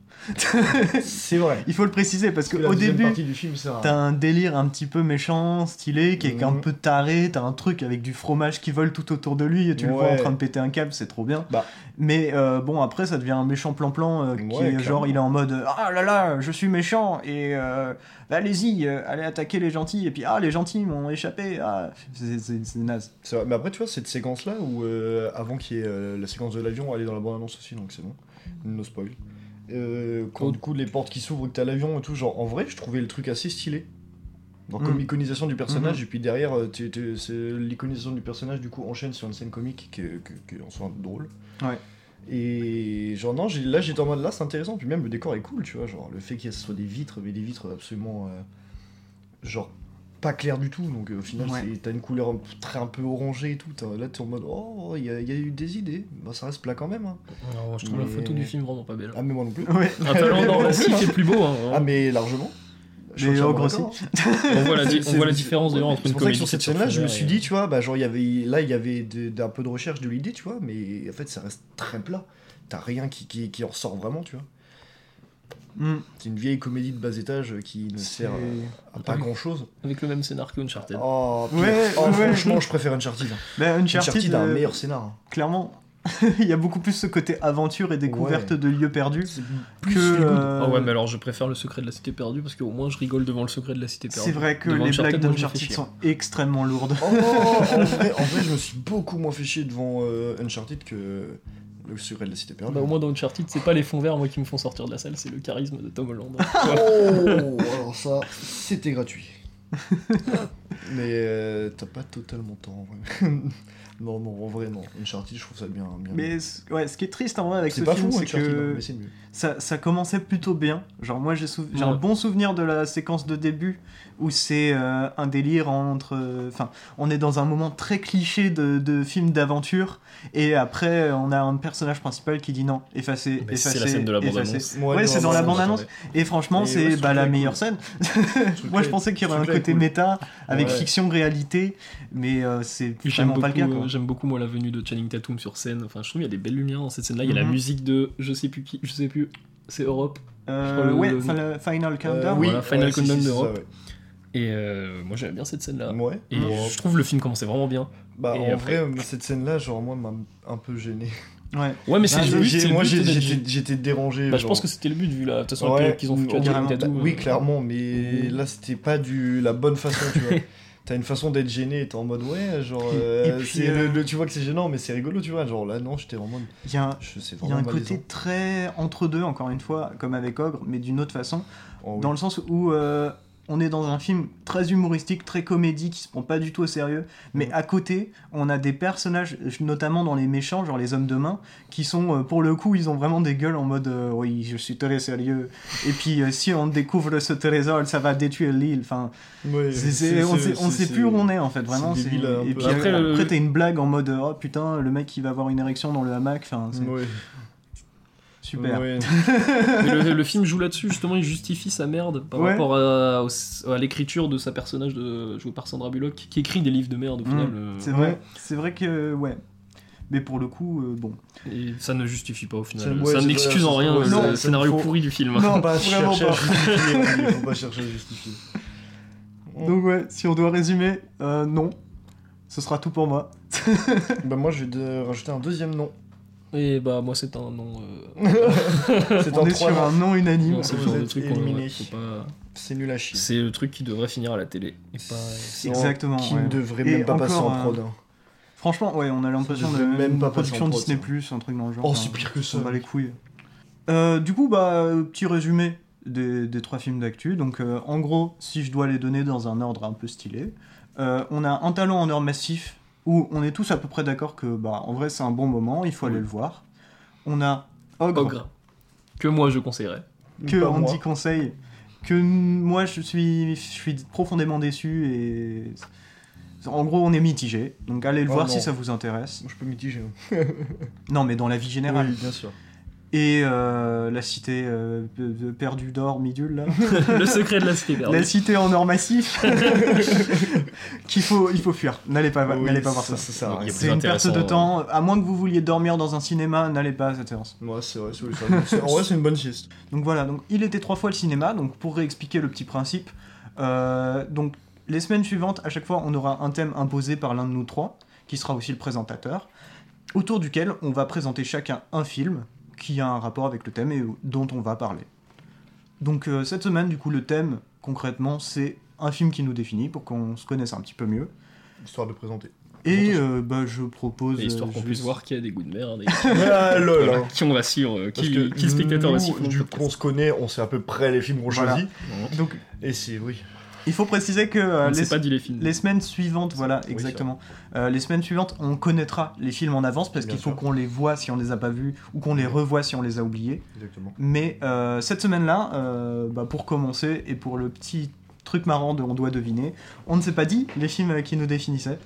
[SPEAKER 1] [LAUGHS]
[SPEAKER 3] C'est vrai.
[SPEAKER 1] il faut le préciser parce
[SPEAKER 3] la
[SPEAKER 1] qu'au
[SPEAKER 3] deuxième
[SPEAKER 1] début,
[SPEAKER 3] partie du film, c'est rare.
[SPEAKER 1] t'as un délire un petit peu méchant, stylé, qui est un
[SPEAKER 3] Mhm.
[SPEAKER 1] peu taré, t'as un truc avec du fromage qui vole tout autour de lui et tu le vois en
[SPEAKER 3] Ouais.
[SPEAKER 1] train de péter un câble, c'est trop bien.
[SPEAKER 3] Bah.
[SPEAKER 1] Mais euh, bon, après, ça devient un méchant plan-plan euh, qui
[SPEAKER 3] Ouais,
[SPEAKER 1] est genre,
[SPEAKER 3] clairement.
[SPEAKER 1] il est en mode Ah là là, je suis méchant et euh, bah, allez-y, euh, allez attaquer les gentils, et puis ah, les gentils m'ont échappé, ah, c'est- c'est c'est
[SPEAKER 3] [LAUGHS]
[SPEAKER 1] naze.
[SPEAKER 3] C'est vrai. Mais après, tu vois, cette séquence-là où euh, avant qu'il y ait euh, la séquence de l'avion, elle est dans la bande-annonce aussi, donc c'est bon. No spoil. Euh, quand
[SPEAKER 2] Oh.
[SPEAKER 3] du coup les portes qui s'ouvrent, que t'as l'avion et tout, genre en vrai, je trouvais le truc assez stylé. Genre, comme
[SPEAKER 1] Mhm.
[SPEAKER 3] iconisation du personnage, et puis derrière, euh, tu- tu- c'est- l'iconisation du personnage du coup enchaîne sur une scène comique qui est, qui- qui est en soi drôle.
[SPEAKER 1] Ouais.
[SPEAKER 3] Et genre, non, j'ai- là j'étais en mode là, c'est intéressant, puis même le décor est cool, tu vois. Genre, le fait qu'il y ait- ce soit des vitres, mais des vitres absolument. euh, genre pas clair du tout. Donc euh, au final,
[SPEAKER 1] Ouais.
[SPEAKER 3] c'est- t'as une couleur un- très un peu orangée et tout. t'as- Là, t'es en mode oh, il y, a il y a eu des idées. Bah, ça reste plat quand même. hein.
[SPEAKER 2] Alors, je trouve la
[SPEAKER 3] Mais-
[SPEAKER 2] photo du film vraiment pas belle.
[SPEAKER 3] Ah, mais moi non plus.
[SPEAKER 1] Ouais.
[SPEAKER 2] Un talent dans la scie qui est plus beau. hein,
[SPEAKER 3] Ah,
[SPEAKER 2] vraiment.
[SPEAKER 3] mais largement. Je
[SPEAKER 1] Mais euh,
[SPEAKER 3] suis entièrement
[SPEAKER 1] en gros,
[SPEAKER 3] d'accord, hein.
[SPEAKER 2] [LAUGHS] on voit la, di-
[SPEAKER 3] C'est-
[SPEAKER 2] on voit la
[SPEAKER 3] c'est-
[SPEAKER 2] différence d'ailleurs entre
[SPEAKER 3] C'est
[SPEAKER 2] une
[SPEAKER 3] pour ça que
[SPEAKER 2] comédie.
[SPEAKER 3] sur cette
[SPEAKER 2] de Serge
[SPEAKER 3] scène-là, je me
[SPEAKER 2] Ferrer
[SPEAKER 3] suis
[SPEAKER 2] et- euh,
[SPEAKER 3] dit, tu vois, bah, genre, il y avait, là, il y avait de- d'un peu de recherche de l'idée, tu vois, mais en fait, ça reste très plat. T'as rien qui, qui, qui en ressort vraiment, tu vois.
[SPEAKER 1] Mm.
[SPEAKER 3] C'est une vieille comédie de bas étage euh, qui ne sert
[SPEAKER 1] C'est-
[SPEAKER 3] à, à pas
[SPEAKER 2] Oui.
[SPEAKER 3] grand-chose.
[SPEAKER 2] Avec le même scénar que Uncharted.
[SPEAKER 3] Oh, pire.
[SPEAKER 1] Ouais,
[SPEAKER 3] Oh,
[SPEAKER 1] ouais.
[SPEAKER 3] franchement, je préfère Uncharted. hein.
[SPEAKER 1] Bah, Uncharted,
[SPEAKER 3] Uncharted, a un
[SPEAKER 1] euh,
[SPEAKER 3] meilleur scénar. hein.
[SPEAKER 1] clairement, [LAUGHS] il y a beaucoup plus ce côté aventure et découverte
[SPEAKER 3] Ouais.
[SPEAKER 1] de lieux perdus
[SPEAKER 3] C'est
[SPEAKER 1] que.
[SPEAKER 3] plus feel good.
[SPEAKER 1] euh,
[SPEAKER 2] Ah ouais, mais alors je préfère le secret de la cité perdue parce qu'au moins je rigole devant le secret de la cité perdue.
[SPEAKER 1] C'est vrai que
[SPEAKER 2] Devant
[SPEAKER 1] les
[SPEAKER 2] Uncharted,
[SPEAKER 1] blagues
[SPEAKER 2] moi, je me fais
[SPEAKER 1] d'Uncharted
[SPEAKER 2] chier.
[SPEAKER 1] sont extrêmement lourdes.
[SPEAKER 3] Oh, en, vrai, en vrai, je me suis beaucoup moins fait chier devant euh, Uncharted que le secret de la cité perdue.
[SPEAKER 2] Bah, au moins dans Uncharted, c'est pas les fonds verts moi qui me font sortir de la salle, c'est le charisme de Tom Holland.
[SPEAKER 3] Oh, alors ça,
[SPEAKER 1] [LAUGHS]
[SPEAKER 3] c'était gratuit. Mais euh, t'as pas totalement tort en vrai. [LAUGHS] non, non, en vrai, non. Uncharted, je trouve ça bien. bien
[SPEAKER 1] Mais c- ouais, ce qui est triste en vrai avec
[SPEAKER 3] c'est
[SPEAKER 1] ce
[SPEAKER 3] pas
[SPEAKER 1] film,
[SPEAKER 3] fou,
[SPEAKER 1] c'est
[SPEAKER 3] Uncharted, hein,
[SPEAKER 1] que
[SPEAKER 3] mais c'est mieux.
[SPEAKER 1] ça, ça commençait plutôt bien. Genre moi j'ai souv- j'ai un
[SPEAKER 2] Ouais.
[SPEAKER 1] bon souvenir de la séquence de début où c'est euh, un délire entre... euh, Enfin, on est dans un moment très cliché de, de film d'aventure et après on a un personnage principal qui dit non,
[SPEAKER 3] Ah,
[SPEAKER 1] effacez,
[SPEAKER 2] Mais
[SPEAKER 1] effacez,
[SPEAKER 2] c'est la scène de la
[SPEAKER 1] effacez.
[SPEAKER 2] bande-annonce.
[SPEAKER 1] Ouais, c'est dans la bande-annonce. Et franchement,
[SPEAKER 3] Mais
[SPEAKER 1] c'est
[SPEAKER 3] ouais, ce
[SPEAKER 1] bah,
[SPEAKER 3] truc-là
[SPEAKER 1] la
[SPEAKER 3] est
[SPEAKER 1] meilleure
[SPEAKER 3] cool.
[SPEAKER 1] scène. Moi,
[SPEAKER 3] truc-là
[SPEAKER 1] je
[SPEAKER 3] est-
[SPEAKER 1] pensais qu'il y
[SPEAKER 3] ce
[SPEAKER 1] aurait un
[SPEAKER 3] truc-là est
[SPEAKER 1] côté
[SPEAKER 3] cool.
[SPEAKER 1] méta avec
[SPEAKER 3] Ouais.
[SPEAKER 1] fiction-réalité, mais euh, c'est
[SPEAKER 2] Puis J'aime
[SPEAKER 1] vraiment
[SPEAKER 2] beaucoup,
[SPEAKER 1] pas le cas. Quoi.
[SPEAKER 2] euh, j'aime beaucoup moi la venue de Channing Tatum sur scène. Enfin, je trouve il y a des belles lumières dans cette scène-là. Il y a
[SPEAKER 1] Mhm.
[SPEAKER 2] la musique de je sais plus qui, je sais plus, c'est Europe.
[SPEAKER 1] Euh,
[SPEAKER 2] crois le-
[SPEAKER 1] ouais,
[SPEAKER 2] le-
[SPEAKER 1] fin- le Final Countdown.
[SPEAKER 3] Euh,
[SPEAKER 2] oui.
[SPEAKER 1] ouais.
[SPEAKER 2] Voilà, Final
[SPEAKER 3] si, si,
[SPEAKER 2] Countdown
[SPEAKER 3] c'est ça,
[SPEAKER 2] d'Europe. Et euh, moi j'aime bien cette scène-là.
[SPEAKER 3] Ouais. Ouais.
[SPEAKER 2] Et
[SPEAKER 3] Bon,
[SPEAKER 2] je trouve le film commençait vraiment bien.
[SPEAKER 3] Bah,
[SPEAKER 2] Et
[SPEAKER 3] en
[SPEAKER 2] après-
[SPEAKER 3] vrai, cette scène-là, genre, moi, m'a un peu gêné.
[SPEAKER 1] Ouais.
[SPEAKER 2] Ouais, mais c'est
[SPEAKER 1] Bah, j'ai-
[SPEAKER 2] le but,
[SPEAKER 3] Ah, J'ai-
[SPEAKER 2] c'est le
[SPEAKER 3] moi,
[SPEAKER 2] but
[SPEAKER 3] j'ai-
[SPEAKER 2] d'être-
[SPEAKER 3] j'étais j'étais dérangé.
[SPEAKER 2] Bah, je
[SPEAKER 3] genre.
[SPEAKER 2] pense que c'était le but vu la de toute façon la
[SPEAKER 3] Ouais,
[SPEAKER 2] période qu'ils ont foutu à Channing
[SPEAKER 1] carrément.
[SPEAKER 2] Tatum.
[SPEAKER 3] Bah, oui,
[SPEAKER 2] euh,
[SPEAKER 3] clairement, mais là c'était pas du la bonne façon,
[SPEAKER 1] [LAUGHS]
[SPEAKER 3] tu vois. T'as une façon d'être gêné, t'es en mode ouais, genre. euh,
[SPEAKER 1] Et puis,
[SPEAKER 3] c'est
[SPEAKER 1] euh,
[SPEAKER 3] le- le- tu vois que c'est gênant, mais c'est rigolo, tu vois. Genre là, non, j'étais vraiment.
[SPEAKER 1] Il y a un,
[SPEAKER 3] Je
[SPEAKER 1] il y
[SPEAKER 3] sais
[SPEAKER 1] a
[SPEAKER 3] vraiment
[SPEAKER 1] un
[SPEAKER 3] malaisant.
[SPEAKER 1] côté très entre deux, encore une fois, comme avec Ogre, mais d'une autre façon,
[SPEAKER 3] Oh, oui.
[SPEAKER 1] dans le sens où euh, on est dans un film très humoristique, très comédie, qui se prend pas du tout au sérieux, mais
[SPEAKER 3] Mhm.
[SPEAKER 1] à côté, on a des personnages, notamment dans les méchants, genre les hommes de main, qui sont, euh, pour le coup, ils ont vraiment des gueules en mode euh, oui, je suis très sérieux, et puis euh, si on découvre ce trésor, ça va détruire l'île, enfin.
[SPEAKER 3] Ouais,
[SPEAKER 1] C'est- c'est- on sait, on sait plus où on est en fait, vraiment.
[SPEAKER 3] c'est
[SPEAKER 1] c'est-
[SPEAKER 3] débile, un
[SPEAKER 1] Et
[SPEAKER 3] peu.
[SPEAKER 1] puis
[SPEAKER 2] Après,
[SPEAKER 1] après,
[SPEAKER 2] le-
[SPEAKER 1] t'as une blague en mode oh putain, le mec il va avoir une érection dans le hamac, enfin, c'est
[SPEAKER 3] Ouais.
[SPEAKER 1] super.
[SPEAKER 3] Ouais. [LAUGHS]
[SPEAKER 2] Mais [LAUGHS] le, le film joue là-dessus, justement, il justifie sa merde par
[SPEAKER 1] Ouais.
[SPEAKER 2] rapport à, au- à l'écriture de sa personnage de, joué par Sandra Bullock, qui écrit des livres de merde au
[SPEAKER 1] Mm.
[SPEAKER 2] final. euh,
[SPEAKER 1] C'est vrai, c'est vrai que ouais. Mais pour le coup, euh, bon.
[SPEAKER 2] et ça ne justifie pas au
[SPEAKER 3] Ça-
[SPEAKER 2] final.
[SPEAKER 3] ouais,
[SPEAKER 2] ça
[SPEAKER 3] c'est-
[SPEAKER 2] n'excuse en
[SPEAKER 3] ouais,
[SPEAKER 2] rien le
[SPEAKER 3] c'est- non, ça-
[SPEAKER 2] scénario
[SPEAKER 3] faut-
[SPEAKER 2] pourri du film.
[SPEAKER 3] [LAUGHS] Faut pas
[SPEAKER 1] vraiment
[SPEAKER 3] chercher à justifier, faut pas chercher à justifier.
[SPEAKER 1] Donc ouais, si on doit résumer, euh, non. Ce sera tout pour moi.
[SPEAKER 3] Bah, moi je vais de- rajouter un
[SPEAKER 1] [LAUGHS]
[SPEAKER 3] deuxième nom.
[SPEAKER 2] Et bah, moi, c'est un nom. euh,
[SPEAKER 3] C'est
[SPEAKER 1] on
[SPEAKER 3] un
[SPEAKER 1] est sur un
[SPEAKER 3] trois.
[SPEAKER 1] non unanime.
[SPEAKER 2] non, c'est le
[SPEAKER 3] vous
[SPEAKER 2] genre de
[SPEAKER 3] êtes
[SPEAKER 2] truc qu'on-
[SPEAKER 3] éliminé.
[SPEAKER 2] ouais, faut pas-
[SPEAKER 3] C'est nul à chier.
[SPEAKER 2] C'est le truc qui devrait finir à la télé. Et pas-
[SPEAKER 3] C'est-
[SPEAKER 1] Exactement,
[SPEAKER 3] Qui
[SPEAKER 1] ouais.
[SPEAKER 3] ne devrait
[SPEAKER 1] Et
[SPEAKER 3] même pas passer
[SPEAKER 1] encore,
[SPEAKER 3] en prod. hein.
[SPEAKER 1] Franchement, ouais, on a l'impression
[SPEAKER 3] Ça
[SPEAKER 1] de
[SPEAKER 3] devrait même
[SPEAKER 1] même
[SPEAKER 3] pas
[SPEAKER 1] pas
[SPEAKER 3] passer
[SPEAKER 1] production
[SPEAKER 3] en prod,
[SPEAKER 1] Disney Plus, un truc dans le genre. hein.
[SPEAKER 3] Oh,
[SPEAKER 1] enfin,
[SPEAKER 3] c'est pire que ça.
[SPEAKER 1] On va les couilles. Euh, du coup, bah, euh, petit résumé des, des trois films d'actu. Donc, euh, en gros, si je dois les donner dans un ordre un peu stylé, euh, on a un talent en or massif où on est tous à peu près d'accord que, bah, en vrai, c'est un bon moment, il faut aller
[SPEAKER 2] Oui.
[SPEAKER 1] le voir. On a Ogre,
[SPEAKER 2] Ogre. Que moi, je conseillerais.
[SPEAKER 1] que
[SPEAKER 3] Pas moi.
[SPEAKER 1] Andy conseille, que moi, je suis, je suis profondément déçu et. En gros, on est mitigé, donc allez le
[SPEAKER 3] Oh
[SPEAKER 1] voir
[SPEAKER 3] non.
[SPEAKER 1] si ça vous intéresse.
[SPEAKER 3] Je peux mitiger. hein.
[SPEAKER 1] Non, mais dans la vie générale.
[SPEAKER 3] Oui, bien sûr.
[SPEAKER 1] Et euh, la cité euh, de- de perdue d'or, midule, là.
[SPEAKER 2] [LAUGHS] le secret de la cité perdue.
[SPEAKER 1] la cité en or massif. Qu'il faut, il faut fuir. N'allez pas,
[SPEAKER 3] Oui,
[SPEAKER 1] n'allez pas voir ça.
[SPEAKER 3] Ça sert à
[SPEAKER 2] Donc, il y
[SPEAKER 3] rien.
[SPEAKER 2] a plus
[SPEAKER 1] C'est une perte de
[SPEAKER 2] intéressant,
[SPEAKER 1] temps. À moins que vous vouliez dormir dans un cinéma, n'allez pas à cette séance.
[SPEAKER 3] Ouais, c'est vrai, c'est [LAUGHS] vrai, c'est vrai. C'est- En vrai, c'est une bonne sieste.
[SPEAKER 1] Donc voilà, donc il était trois fois le cinéma, donc pour réexpliquer le petit principe, euh, donc les semaines suivantes, à chaque fois, on aura un thème imposé par l'un de nous trois, qui sera aussi le présentateur, autour duquel on va présenter chacun un film qui a un rapport avec le thème et dont on va parler. Donc euh, cette semaine, du coup, le thème, concrètement, c'est un film qui nous définit pour qu'on se connaisse un petit peu mieux.
[SPEAKER 3] Histoire de présenter.
[SPEAKER 1] Et euh, bah, je propose...
[SPEAKER 2] Et histoire
[SPEAKER 1] euh,
[SPEAKER 2] qu'on
[SPEAKER 1] je-
[SPEAKER 2] puisse voir qui a des goûts de merde. et
[SPEAKER 3] [LAUGHS] Ah, lol, hein.
[SPEAKER 2] Qui on va suivre, euh,
[SPEAKER 3] Parce
[SPEAKER 2] qui,
[SPEAKER 3] que
[SPEAKER 2] qui le spectateur va
[SPEAKER 3] nous,
[SPEAKER 2] suivre.
[SPEAKER 3] Du coup, on se connaît, on sait à peu près les films qu'on
[SPEAKER 1] Voilà.
[SPEAKER 3] choisit.
[SPEAKER 1] Donc
[SPEAKER 3] Et c'est, oui.
[SPEAKER 1] il faut préciser que... euh,
[SPEAKER 2] on ne
[SPEAKER 1] les-
[SPEAKER 2] s'est pas dit les films.
[SPEAKER 1] Les semaines suivantes, voilà,
[SPEAKER 3] Oui,
[SPEAKER 1] exactement. Euh, les semaines suivantes, on connaîtra les films en avance parce
[SPEAKER 3] Bien
[SPEAKER 1] qu'il faut
[SPEAKER 3] sûr.
[SPEAKER 1] qu'on les voit si on les a pas vus ou qu'on les revoit si on les a oubliés.
[SPEAKER 3] Exactement.
[SPEAKER 1] Mais euh, cette semaine-là, euh, bah, pour commencer et pour le petit truc marrant de on doit deviner. On ne s'est pas dit les films euh, qui nous définissaient.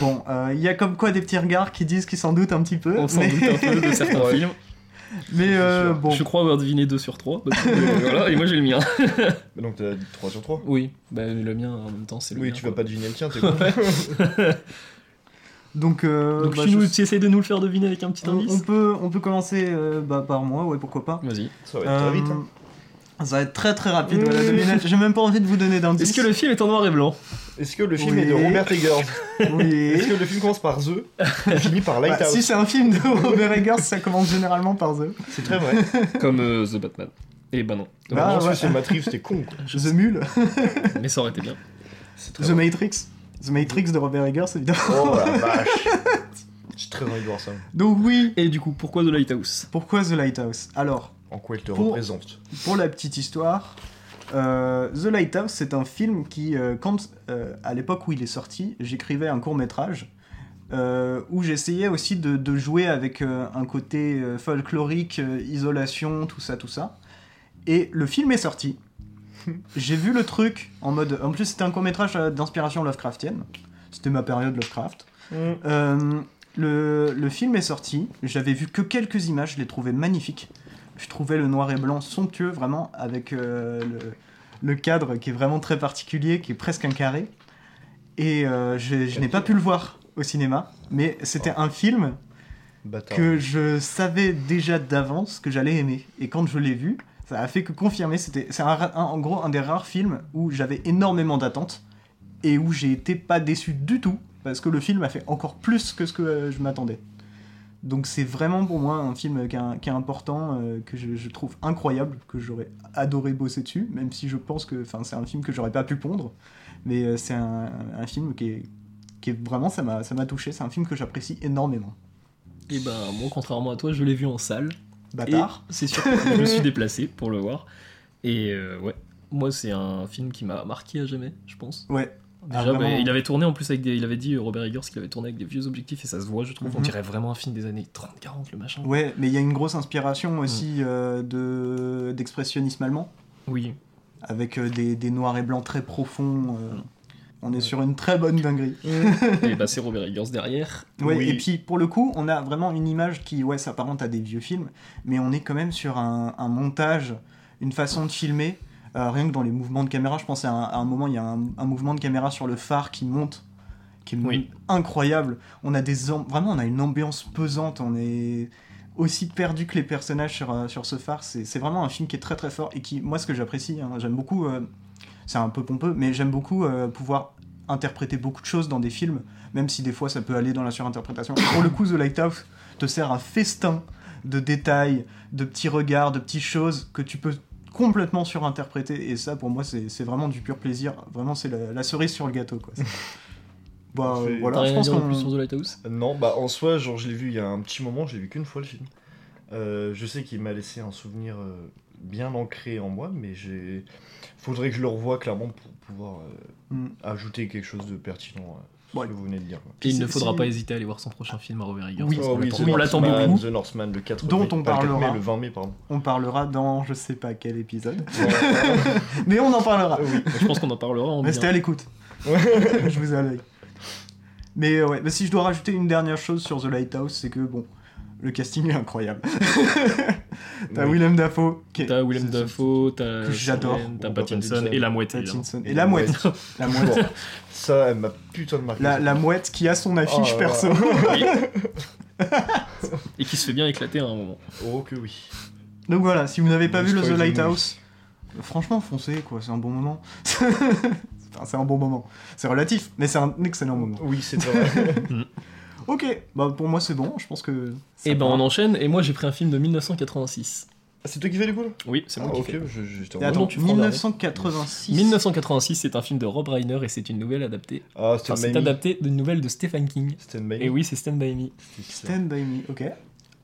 [SPEAKER 1] Bon, euh, il y a comme quoi des petits regards qui disent qu'ils s'en doutent un petit peu.
[SPEAKER 2] On s'en
[SPEAKER 1] mais-
[SPEAKER 2] doute un peu
[SPEAKER 1] [LAUGHS]
[SPEAKER 2] de certains
[SPEAKER 3] Ouais.
[SPEAKER 2] films.
[SPEAKER 1] Mais euh, bon,
[SPEAKER 2] Je crois avoir deviné 2 sur 3. euh, voilà, et moi j'ai le mien.
[SPEAKER 3] Mais Bah, donc t'as dit 3 sur 3
[SPEAKER 2] Oui, bah, le mien en même temps c'est le
[SPEAKER 3] Oui,
[SPEAKER 2] mien,
[SPEAKER 3] tu vas
[SPEAKER 2] quoi.
[SPEAKER 3] pas deviner le tien, t'es [LAUGHS] con.
[SPEAKER 1] donc, euh,
[SPEAKER 2] Donc
[SPEAKER 1] bah,
[SPEAKER 2] tu,
[SPEAKER 1] je-
[SPEAKER 2] nous, tu essayes de nous le faire deviner avec un petit
[SPEAKER 1] on, on
[SPEAKER 2] indice
[SPEAKER 1] peut, on peut commencer euh, bah, par moi, ouais, pourquoi pas.
[SPEAKER 2] Vas-y.
[SPEAKER 3] Ça va être très vite. hein.
[SPEAKER 1] Euh, Ça va être très très rapide,
[SPEAKER 3] Mmh.
[SPEAKER 1] voilà, devinette. J'ai même pas envie de vous donner d'indices.
[SPEAKER 2] Est-ce que le film est en noir et [LAUGHS] blanc
[SPEAKER 3] Euh, Est-ce que le film
[SPEAKER 1] Oui.
[SPEAKER 3] est de Robert Eggers [LAUGHS] Est-ce
[SPEAKER 1] Oui.
[SPEAKER 3] que le film commence par [LAUGHS] The et finit par
[SPEAKER 1] Bah,
[SPEAKER 3] Lighthouse
[SPEAKER 1] si c'est un film de Robert Eggers, ça commence généralement par The.
[SPEAKER 3] C'est très vrai.
[SPEAKER 2] Comme euh, The Batman. Et bah non.
[SPEAKER 1] Ah,
[SPEAKER 3] Ah,
[SPEAKER 1] ouais.
[SPEAKER 3] Bah, que c'est Matrix, t'es con. quoi.
[SPEAKER 1] The Mule,
[SPEAKER 2] Mais ça aurait été bien.
[SPEAKER 3] C'est très
[SPEAKER 1] The
[SPEAKER 3] vrai.
[SPEAKER 1] Matrix. The Matrix de Robert Eggers, évidemment. [LAUGHS]
[SPEAKER 3] Oh [LAUGHS] la vache. J'ai très envie de voir ça.
[SPEAKER 1] Donc oui,
[SPEAKER 2] Et du coup, pourquoi The Lighthouse
[SPEAKER 1] pourquoi The Lighthouse Alors,
[SPEAKER 3] En quoi il te
[SPEAKER 1] Pour-
[SPEAKER 3] représente
[SPEAKER 1] Pour la petite histoire, euh, The Lighthouse, c'est un film qui, euh, quand, euh, à l'époque où il est sorti, j'écrivais un court métrage euh, où j'essayais aussi de, de jouer avec euh, un côté euh, folklorique, euh, isolation, tout ça, tout ça. Et le film est sorti. J'ai vu le truc en mode. En plus, c'était un court métrage euh, d'inspiration Lovecraftienne. C'était ma période Lovecraft. Euh, le, le film est sorti, j'avais vu que quelques images, je les trouvais magnifiques. Je trouvais le noir et blanc somptueux, vraiment, avec euh, le, le cadre qui est vraiment très particulier, qui est presque un carré. Et euh, je, je n'ai pas pu le voir au cinéma, mais c'était un film
[SPEAKER 3] Bâtard.
[SPEAKER 1] que je savais déjà d'avance que j'allais aimer. Et quand je l'ai vu, ça a fait que confirmer. C'était, c'est un ra- un- en gros un des rares films où j'avais énormément d'attentes et où j'ai été pas déçu du tout parce que le film a fait encore plus que ce que euh, je m'attendais. Donc c'est vraiment pour moi un film qui est, qui est important, euh, que je, je trouve incroyable, que j'aurais adoré bosser dessus, même si je pense que enfin, c'est un film que j'aurais pas pu pondre. Mais euh, c'est un, un film qui est, qui est vraiment, ça m'a, ça m'a touché, c'est un film que j'apprécie énormément.
[SPEAKER 2] Et bah, moi, contrairement à toi, je l'ai vu en salle.
[SPEAKER 1] Bâtard.
[SPEAKER 2] Et C'est sûr,
[SPEAKER 1] [LAUGHS]
[SPEAKER 2] je me suis déplacé pour le voir. Et euh, ouais, moi c'est un film qui m'a marqué à jamais, je pense.
[SPEAKER 1] Ouais. Ah,
[SPEAKER 2] Déjà,
[SPEAKER 1] vraiment.
[SPEAKER 2] bah, il avait tourné en plus avec des. Il avait dit euh, Robert Eggers qu'il avait tourné avec des vieux objectifs et ça se voit, je trouve. On
[SPEAKER 1] Mhm.
[SPEAKER 2] dirait vraiment un film des années 30-40, le machin.
[SPEAKER 1] Ouais, mais il y a une grosse inspiration aussi euh, de d'expressionnisme allemand,
[SPEAKER 2] Oui.
[SPEAKER 1] avec euh, des, des noirs et blancs très profonds. euh,
[SPEAKER 2] Mm.
[SPEAKER 1] On est sur une très bonne dinguerie.
[SPEAKER 2] [LAUGHS] et bah, c'est Robert Eggers derrière.
[SPEAKER 1] Ouais,
[SPEAKER 3] Oui.
[SPEAKER 1] Et puis pour le coup, on a vraiment une image qui ouais, s'apparente à des vieux films, mais on est quand même sur un, un montage, une façon de filmer. euh, rien que dans les mouvements de caméra, je pense à un, à un moment, il y a un, un mouvement de caméra sur le phare qui monte, qui est
[SPEAKER 2] Oui.
[SPEAKER 1] incroyable. On a des am- vraiment, on a une ambiance pesante. On est aussi perdu que les personnages sur, euh, sur ce phare. C'est c'est vraiment un film qui est très très fort et qui, moi, ce que j'apprécie, hein, j'aime beaucoup. euh, c'est un peu pompeux, mais j'aime beaucoup euh, pouvoir interpréter beaucoup de choses dans des films, même si des fois ça peut aller dans la surinterprétation. Pour le coup, The Lighthouse te sert un festin de détails, de petits regards, de petites choses que tu peux complètement surinterpréter. Et ça, pour moi, c'est c'est vraiment du pur plaisir. Vraiment, c'est la, la cerise sur le gâteau. [LAUGHS] Quoi. bah,
[SPEAKER 3] C'est-
[SPEAKER 2] T'as
[SPEAKER 1] voilà, je
[SPEAKER 2] rien à
[SPEAKER 1] pense
[SPEAKER 2] dire de
[SPEAKER 1] qu'on-
[SPEAKER 2] plus sur The Lighthouse
[SPEAKER 3] Non, bah en soi, genre je l'ai vu il y a un petit moment, je l'ai vu qu'une fois le film. Euh, je sais qu'il m'a laissé un souvenir euh, bien ancré en moi, mais j'ai. Faudrait que je le revoie clairement pour pouvoir euh,
[SPEAKER 1] Mm.
[SPEAKER 3] ajouter quelque chose de pertinent à
[SPEAKER 1] Ouais.
[SPEAKER 3] ce que vous venez de dire. quoi.
[SPEAKER 2] Et il ne
[SPEAKER 1] Si-
[SPEAKER 2] faudra
[SPEAKER 1] si-
[SPEAKER 2] pas hésiter à aller voir son prochain film à Robert Eggers.
[SPEAKER 1] Oui,
[SPEAKER 2] parce
[SPEAKER 3] Ah
[SPEAKER 2] qu'on
[SPEAKER 3] oui,
[SPEAKER 2] l'attend-
[SPEAKER 3] The
[SPEAKER 2] on l'attend
[SPEAKER 3] Northman,
[SPEAKER 2] beaucoup.
[SPEAKER 3] The Northman, le 4
[SPEAKER 1] Dont
[SPEAKER 3] mai,
[SPEAKER 1] on
[SPEAKER 3] pas le 4 mai,
[SPEAKER 1] parlera.
[SPEAKER 3] le 20 mai, pardon.
[SPEAKER 1] On parlera dans je sais pas quel épisode,
[SPEAKER 3] Ouais.
[SPEAKER 1] [LAUGHS] mais on en parlera.
[SPEAKER 3] Ah
[SPEAKER 2] Je pense qu'on en parlera en bien.
[SPEAKER 1] Restez à l'écoute.
[SPEAKER 3] Ouais.
[SPEAKER 1] [LAUGHS] je vous ai à l'œil. Mais euh, ouais, bah, si je dois rajouter une dernière chose sur The Lighthouse, c'est que bon, le casting est incroyable. T'as
[SPEAKER 3] Oui.
[SPEAKER 1] Willem Dafoe, qui est-
[SPEAKER 2] T'as Willem
[SPEAKER 1] c'est-
[SPEAKER 2] Dafoe, t'as.
[SPEAKER 1] que j'adore.
[SPEAKER 2] Sorrent, T'as
[SPEAKER 3] Robert
[SPEAKER 2] Pattinson
[SPEAKER 3] Pattinson.
[SPEAKER 2] et la mouette. évidemment.
[SPEAKER 1] Pattinson. Et la mouette. La
[SPEAKER 3] [LAUGHS]
[SPEAKER 1] mouette,
[SPEAKER 3] Bon, ça, elle m'a putain de marqué.
[SPEAKER 1] la, la mouette qui a son affiche
[SPEAKER 3] Oh,
[SPEAKER 1] perso. [LAUGHS]
[SPEAKER 2] Oui. Et qui se fait bien éclater à un moment.
[SPEAKER 3] Oh que oui.
[SPEAKER 1] Donc voilà, si vous n'avez pas
[SPEAKER 3] Bon
[SPEAKER 1] vu le
[SPEAKER 3] spoil
[SPEAKER 1] The
[SPEAKER 3] de
[SPEAKER 1] Lighthouse, franchement foncez quoi, c'est un bon moment. [LAUGHS] Enfin, c'est un bon moment. C'est relatif, mais c'est un excellent moment.
[SPEAKER 3] Oui, c'est vrai.
[SPEAKER 1] Ok, bah pour moi c'est bon, je pense que. ça
[SPEAKER 2] Et ben
[SPEAKER 1] va.
[SPEAKER 2] on enchaîne, et moi j'ai pris un film de 1986.
[SPEAKER 3] c'est toi qui fais du coup là
[SPEAKER 2] Oui, c'est moi
[SPEAKER 3] Ah,
[SPEAKER 2] qui
[SPEAKER 3] ok,
[SPEAKER 2] fais.
[SPEAKER 3] je, je
[SPEAKER 1] Et
[SPEAKER 3] t'ai remarqué.
[SPEAKER 1] attends,
[SPEAKER 2] Vraiment, tu prends
[SPEAKER 1] 1986.
[SPEAKER 2] 1986, c'est un film de Rob Reiner et c'est une nouvelle adaptée.
[SPEAKER 3] Ah,
[SPEAKER 2] Enfin,
[SPEAKER 3] c'était
[SPEAKER 2] c'est
[SPEAKER 3] Mayne.
[SPEAKER 2] adapté d'une nouvelle de Stephen King.
[SPEAKER 3] C'était Mayne.
[SPEAKER 2] Et oui, c'est Stand By Me.
[SPEAKER 1] Stand by me, ok.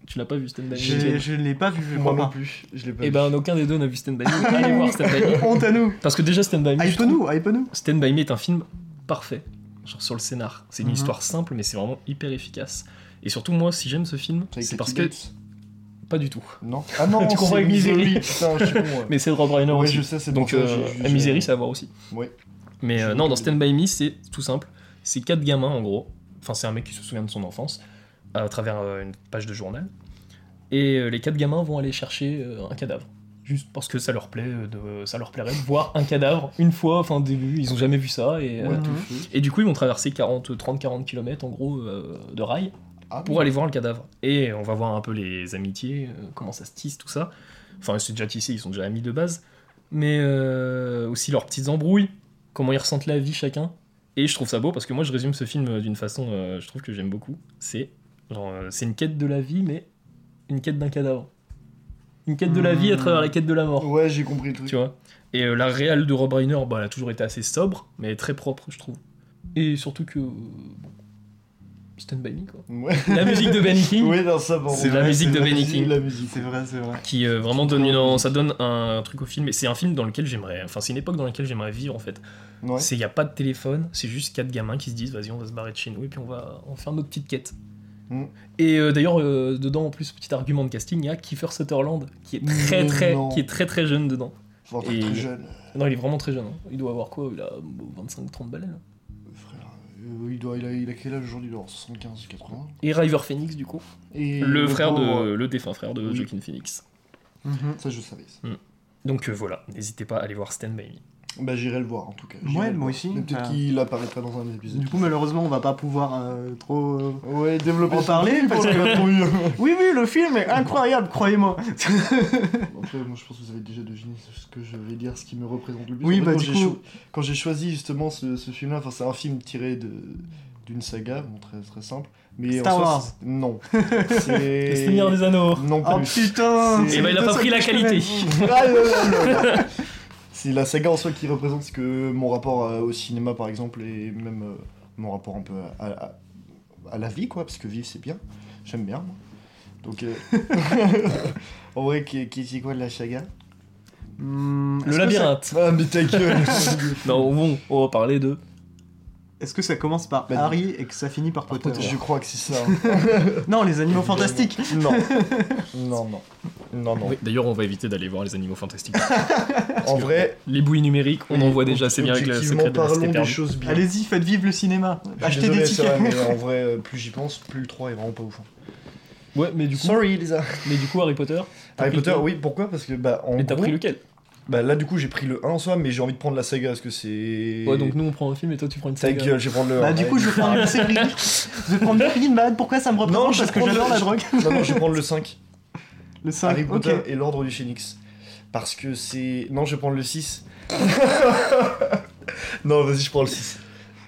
[SPEAKER 2] Tu l'as pas vu, Stand By Me
[SPEAKER 1] J'ai-
[SPEAKER 2] Jane
[SPEAKER 1] Je ne l'ai pas vu, je crois
[SPEAKER 3] Moi
[SPEAKER 1] pas.
[SPEAKER 3] non plus, [LAUGHS] je l'ai pas
[SPEAKER 2] Eh
[SPEAKER 3] vu.
[SPEAKER 2] ben, aucun des deux n'a vu Stand By Me. Allez voir Stand
[SPEAKER 1] [LAUGHS]
[SPEAKER 2] By Me.
[SPEAKER 1] Honte à nous
[SPEAKER 2] Parce que déjà, Stand By Me. je trouve-
[SPEAKER 1] Hype-nous, hype-nous
[SPEAKER 2] Stand By Me est un film parfait, genre sur le scénar. C'est une
[SPEAKER 1] Mhm.
[SPEAKER 2] histoire simple, mais c'est vraiment hyper efficace. Et surtout, moi, si j'aime ce film,
[SPEAKER 3] Avec
[SPEAKER 2] c'est
[SPEAKER 3] les
[SPEAKER 2] parce
[SPEAKER 3] petits
[SPEAKER 2] que.
[SPEAKER 3] bits.
[SPEAKER 2] Pas du tout. [LAUGHS]
[SPEAKER 3] Non Ah non,
[SPEAKER 2] Tu
[SPEAKER 3] c'est
[SPEAKER 2] confonds avec Misery. [LAUGHS]
[SPEAKER 3] Misery, Putain, je suis con. ouais.
[SPEAKER 2] Mais c'est de Rob Reiner
[SPEAKER 3] Ouais,
[SPEAKER 2] aussi.
[SPEAKER 3] je sais, c'est
[SPEAKER 2] Donc,
[SPEAKER 3] pour ça,
[SPEAKER 2] euh,
[SPEAKER 3] j'ai-
[SPEAKER 2] la
[SPEAKER 3] j'ai-
[SPEAKER 2] misérie, c'est à voir aussi.
[SPEAKER 3] Ouais.
[SPEAKER 2] Mais euh,
[SPEAKER 3] J'ai
[SPEAKER 2] non, dans
[SPEAKER 3] aucune
[SPEAKER 2] Stand By Me, c'est tout simple. C'est quatre gamins, en gros. Enfin, c'est un mec qui se souvient de son enfance à travers euh, une page de journal. Et euh, les quatre gamins vont aller chercher euh, un cadavre. Juste parce que ça leur, plaît euh, de, ça leur plairait de voir un cadavre une fois, enfin, au début, ils ont jamais vu ça. Et, euh,
[SPEAKER 3] Ouais,
[SPEAKER 1] Mhm.
[SPEAKER 3] tout fait.
[SPEAKER 2] et du coup, ils vont traverser 40, 30, 40 km en gros euh, de rails
[SPEAKER 3] Ah,
[SPEAKER 2] pour
[SPEAKER 3] oui.
[SPEAKER 2] aller voir le cadavre. Et on va voir un peu les amitiés, euh, comment ça se tisse, tout ça. Enfin, c'est déjà tissé, ils sont déjà amis de base. Mais euh, aussi leurs petites embrouilles, comment ils ressentent la vie chacun. Et je trouve ça beau parce que moi je résume ce film euh, d'une façon, euh, je trouve que j'aime beaucoup. C'est genre, euh, c'est une quête de la vie, mais une quête d'un cadavre. Une quête de la vie à
[SPEAKER 1] Mmh.
[SPEAKER 2] travers la quête de la mort.
[SPEAKER 3] Ouais, j'ai compris le truc.
[SPEAKER 2] Tu vois Et euh, la réal de Rob Reiner, bah, elle a toujours été assez sobre, mais très propre, je trouve. Et surtout que. euh, bon, Stand by me, quoi.
[SPEAKER 3] Ouais.
[SPEAKER 2] La musique
[SPEAKER 3] [LAUGHS]
[SPEAKER 2] de Ben King.
[SPEAKER 3] Oui, non, ça, par
[SPEAKER 2] C'est
[SPEAKER 3] contre,
[SPEAKER 2] la musique de
[SPEAKER 3] la
[SPEAKER 2] Benny
[SPEAKER 3] musique,
[SPEAKER 2] King.
[SPEAKER 3] La musique,
[SPEAKER 1] C'est vrai, c'est vrai.
[SPEAKER 2] qui euh, vraiment
[SPEAKER 3] Qui
[SPEAKER 2] donne une,
[SPEAKER 3] prend-
[SPEAKER 2] ça donne un, truc au film et c'est un film dans lequel j'aimerais enfin c'est une époque dans laquelle j'aimerais vivre en fait
[SPEAKER 3] Ouais.
[SPEAKER 2] c'est il y a pas de téléphone c'est juste quatre gamins qui se disent vas-y on va se barrer de chez nous et puis on va on fait notre petite quête
[SPEAKER 3] Mm.
[SPEAKER 2] et euh, d'ailleurs euh, dedans en plus petit argument de casting il y a Kiefer Sutherland qui est très
[SPEAKER 3] Mais
[SPEAKER 2] très
[SPEAKER 3] non.
[SPEAKER 2] qui est très très jeune dedans
[SPEAKER 3] Enfin,
[SPEAKER 2] Et-
[SPEAKER 3] très jeune.
[SPEAKER 2] non il est vraiment très jeune hein. il doit avoir quoi il a 25 30 balais là.
[SPEAKER 3] Frère, euh, il, doit, il, a, il a quel âge aujourd'hui Il doit avoir 75, 80.
[SPEAKER 2] et River Phoenix du coup
[SPEAKER 3] Et
[SPEAKER 2] le frère
[SPEAKER 3] pauvre,
[SPEAKER 2] de le défunt frère de
[SPEAKER 3] Oui.
[SPEAKER 2] Joaquin Phoenix
[SPEAKER 3] euh, Ça, je savais. ça.
[SPEAKER 2] donc euh, voilà n'hésitez pas à aller voir Stand By Me
[SPEAKER 3] Bah, j'irai le voir en tout cas.
[SPEAKER 1] Ouais,
[SPEAKER 3] J'irai le
[SPEAKER 1] moi
[SPEAKER 3] voir.
[SPEAKER 1] aussi.
[SPEAKER 3] Mais peut-être
[SPEAKER 1] Ah.
[SPEAKER 3] qu'il apparaîtra dans un des épisodes.
[SPEAKER 1] Du coup, malheureusement, on va pas pouvoir euh, trop. euh,
[SPEAKER 3] Ouais, développer.
[SPEAKER 1] En
[SPEAKER 3] son
[SPEAKER 1] parler,
[SPEAKER 3] truc,
[SPEAKER 1] parce
[SPEAKER 3] on l'a
[SPEAKER 1] que-
[SPEAKER 3] trop eu.
[SPEAKER 1] Oui, oui, le film est incroyable, croyez-moi. [LAUGHS] Oh,
[SPEAKER 3] Après, moi, je pense que vous avez déjà deviné ce que je vais dire, ce qui me représente le plus.
[SPEAKER 1] Oui,
[SPEAKER 3] En fait,
[SPEAKER 1] bah,
[SPEAKER 3] quand
[SPEAKER 1] du
[SPEAKER 3] j'ai
[SPEAKER 1] coup-
[SPEAKER 3] cho- quand j'ai choisi justement ce, ce film-là, enfin, c'est un film tiré de d'une saga, bon, très très simple. Mais en
[SPEAKER 1] Star
[SPEAKER 3] soi,
[SPEAKER 1] Wars.
[SPEAKER 3] c'est-
[SPEAKER 1] [LAUGHS]
[SPEAKER 3] Non.
[SPEAKER 2] Le
[SPEAKER 3] C'est.
[SPEAKER 2] Seigneur des Anneaux
[SPEAKER 3] Non
[SPEAKER 1] Oh
[SPEAKER 3] plus.
[SPEAKER 1] putain
[SPEAKER 3] C'est-
[SPEAKER 2] et ben il a pas pris la qualité
[SPEAKER 3] [LAUGHS] Ah, là, là, là, là. C'est la saga en soi qui représente ce que mon rapport euh, au cinéma par exemple et même euh, mon rapport un peu à, à- à la vie quoi, parce que vivre c'est bien, j'aime bien moi. Donc euh, [LAUGHS] en vrai qui, qui c'est quoi de la saga
[SPEAKER 1] Hmm, est-ce
[SPEAKER 2] le
[SPEAKER 1] que
[SPEAKER 2] labyrinthe
[SPEAKER 3] Ah mais
[SPEAKER 2] [LAUGHS]
[SPEAKER 3] ta gueule
[SPEAKER 2] Non, bon, on va parler de.
[SPEAKER 1] ça- Est-ce que ça commence par
[SPEAKER 3] Bah,
[SPEAKER 1] Harry et que ça finit par Potter
[SPEAKER 3] Je crois que c'est ça. hein.
[SPEAKER 1] Non, les animaux fantastiques
[SPEAKER 3] Non. Non non. Non non.
[SPEAKER 2] D'ailleurs, on va éviter d'aller voir les animaux fantastiques.
[SPEAKER 3] En vrai,
[SPEAKER 2] [LAUGHS] les bouillies numériques, on en voit déjà, c'est bien avec le
[SPEAKER 3] objectivement,
[SPEAKER 2] secret de la cité
[SPEAKER 3] parlons des
[SPEAKER 2] perdue.
[SPEAKER 3] choses bien.
[SPEAKER 1] Allez-y, faites vivre le cinéma
[SPEAKER 3] Je suis
[SPEAKER 1] Achetez
[SPEAKER 3] désolé,
[SPEAKER 1] des
[SPEAKER 3] c'est
[SPEAKER 1] tickets
[SPEAKER 3] vrai, mais en vrai, euh, plus j'y pense, plus le 3 est vraiment pas ouf. hein.
[SPEAKER 2] Ouais, mais du coup,
[SPEAKER 3] Sorry Lisa.
[SPEAKER 2] mais du coup, Harry Potter. t'as
[SPEAKER 3] Harry
[SPEAKER 2] pris
[SPEAKER 3] Potter,
[SPEAKER 2] lequel
[SPEAKER 3] oui, pourquoi Parce que bah en
[SPEAKER 2] Mais t'as
[SPEAKER 3] gros,
[SPEAKER 2] pris lequel
[SPEAKER 3] bah là du coup j'ai pris le 1 en soi, mais j'ai envie de prendre la saga parce que c'est.
[SPEAKER 2] Ouais, donc nous on prend un film et toi tu prends une
[SPEAKER 3] ta
[SPEAKER 2] saga.
[SPEAKER 3] gueule, je vais prendre le.
[SPEAKER 1] Bah,
[SPEAKER 3] 1,
[SPEAKER 1] du coup,
[SPEAKER 3] ouais.
[SPEAKER 1] je vais faire une série. Je vais prendre Breaking Bad, pourquoi ça me représente
[SPEAKER 3] Non, je
[SPEAKER 1] Parce que
[SPEAKER 3] prends le-
[SPEAKER 1] j'adore la
[SPEAKER 3] je-
[SPEAKER 1] drogue.
[SPEAKER 3] Non, non, je vais prendre le 5.
[SPEAKER 1] Le 5,
[SPEAKER 3] Harry
[SPEAKER 1] ok.
[SPEAKER 3] Potter et l'Ordre du Phénix. Parce que c'est. Non, je vais prendre
[SPEAKER 1] [LAUGHS]
[SPEAKER 3] le 6. non, vas-y, je prends le 6.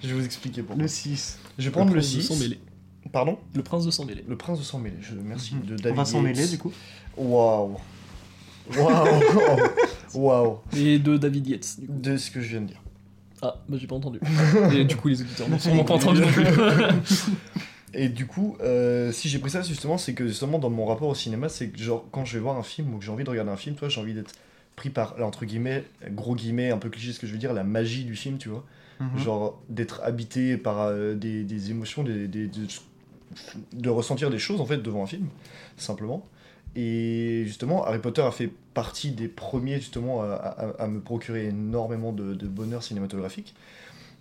[SPEAKER 3] Je vais vous expliquer pourquoi.
[SPEAKER 1] Le 6.
[SPEAKER 3] Je vais
[SPEAKER 2] Le
[SPEAKER 3] prendre le,
[SPEAKER 2] prince de
[SPEAKER 3] 6.
[SPEAKER 2] Sang-Mêlé.
[SPEAKER 3] Pardon
[SPEAKER 2] Le prince de sang mêlé.
[SPEAKER 3] Le prince de sang mêlé. Je... Merci de David.
[SPEAKER 1] On va s'en
[SPEAKER 3] Yates.
[SPEAKER 1] mêler, du coup.
[SPEAKER 3] Waouh. Waouh.
[SPEAKER 1] [LAUGHS]
[SPEAKER 3] Waouh.
[SPEAKER 2] Et de David Yates. du coup.
[SPEAKER 3] De ce que je viens de dire.
[SPEAKER 2] Ah, bah j'ai pas
[SPEAKER 3] [LAUGHS]
[SPEAKER 2] entendu. et du coup, les auditeurs n'ont sûrement pas
[SPEAKER 3] les-
[SPEAKER 2] entendu non plus.
[SPEAKER 3] Et du coup, euh, si j'ai pris ça, justement, c'est que justement dans mon rapport au cinéma, c'est que genre quand je vais voir un film ou que j'ai envie de regarder un film, toi, j'ai envie d'être pris par, là, entre guillemets, gros guillemets, un peu cliché ce que je veux dire, la magie du film, tu vois.
[SPEAKER 1] Mhm.
[SPEAKER 3] Genre d'être habité par euh, des, des émotions, des, des- des- de ressentir des choses en fait devant un film, simplement. Et justement, Harry Potter a fait partie des premiers justement à, à- à me procurer énormément de, de bonheur cinématographique.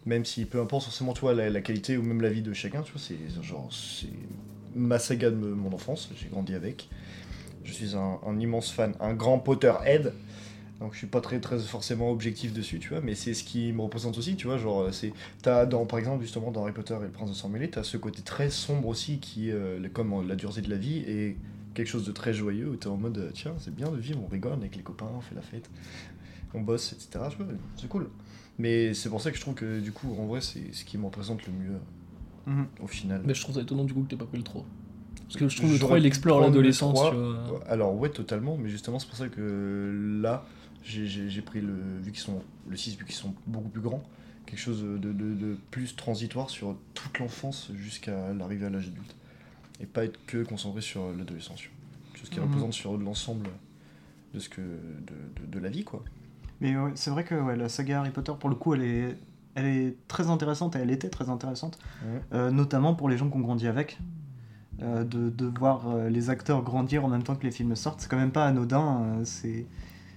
[SPEAKER 3] Même si peu importe forcément tu vois, la, la qualité ou même la vie de chacun, tu vois, c'est genre c'est ma saga de me- mon enfance, j'ai grandi avec. Je suis un, un immense fan, un grand Potterhead. Donc je suis pas très très forcément objectif dessus, tu vois, mais c'est ce qui me représente aussi, tu vois, genre euh, c'est t'as dans par exemple justement dans Harry Potter et le prince de sang-mêlé, t'as ce côté très sombre aussi qui euh, le- comme euh, la dureté de la vie et quelque chose de très joyeux où t'es en mode euh, tiens, c'est bien de vivre, on rigole avec les copains, on fait la fête, on bosse, etc. tu vois, c'est cool. Mais c'est pour ça que je trouve que du coup en vrai c'est ce qui me représente le mieux euh,
[SPEAKER 1] Mhm.
[SPEAKER 3] au final.
[SPEAKER 2] [LAUGHS] Mais je trouve ça étonnant du coup que t'aies pas pris le 3. Parce que je trouve le
[SPEAKER 3] J'aurais
[SPEAKER 2] 3 il
[SPEAKER 3] pu
[SPEAKER 2] explore
[SPEAKER 3] prendre le
[SPEAKER 2] l'adolescence, tu
[SPEAKER 3] 3.
[SPEAKER 2] vois.
[SPEAKER 3] Alors ouais totalement, mais justement c'est pour ça que là j'ai- j'ai j'ai pris le vu qu'ils sont le 6 vu qu'ils sont beaucoup plus grands, quelque chose de, de- de plus transitoire sur toute l'enfance jusqu'à l'arrivée à l'âge adulte et pas être que concentré sur l'adolescence, tout ce qui
[SPEAKER 1] Mhm.
[SPEAKER 3] représente sur l'ensemble de ce que de, de- de la vie quoi.
[SPEAKER 2] Mhm.
[SPEAKER 1] Mais ouais, c'est vrai que ouais, la saga Harry Potter, pour le coup, elle est, elle est très intéressante et elle était très intéressante,
[SPEAKER 3] Ouais.
[SPEAKER 1] euh, notamment pour les gens qui ont grandi avec. euh, de, de voir euh, les acteurs grandir en même temps que les films sortent. C'est quand même pas anodin, euh, c'est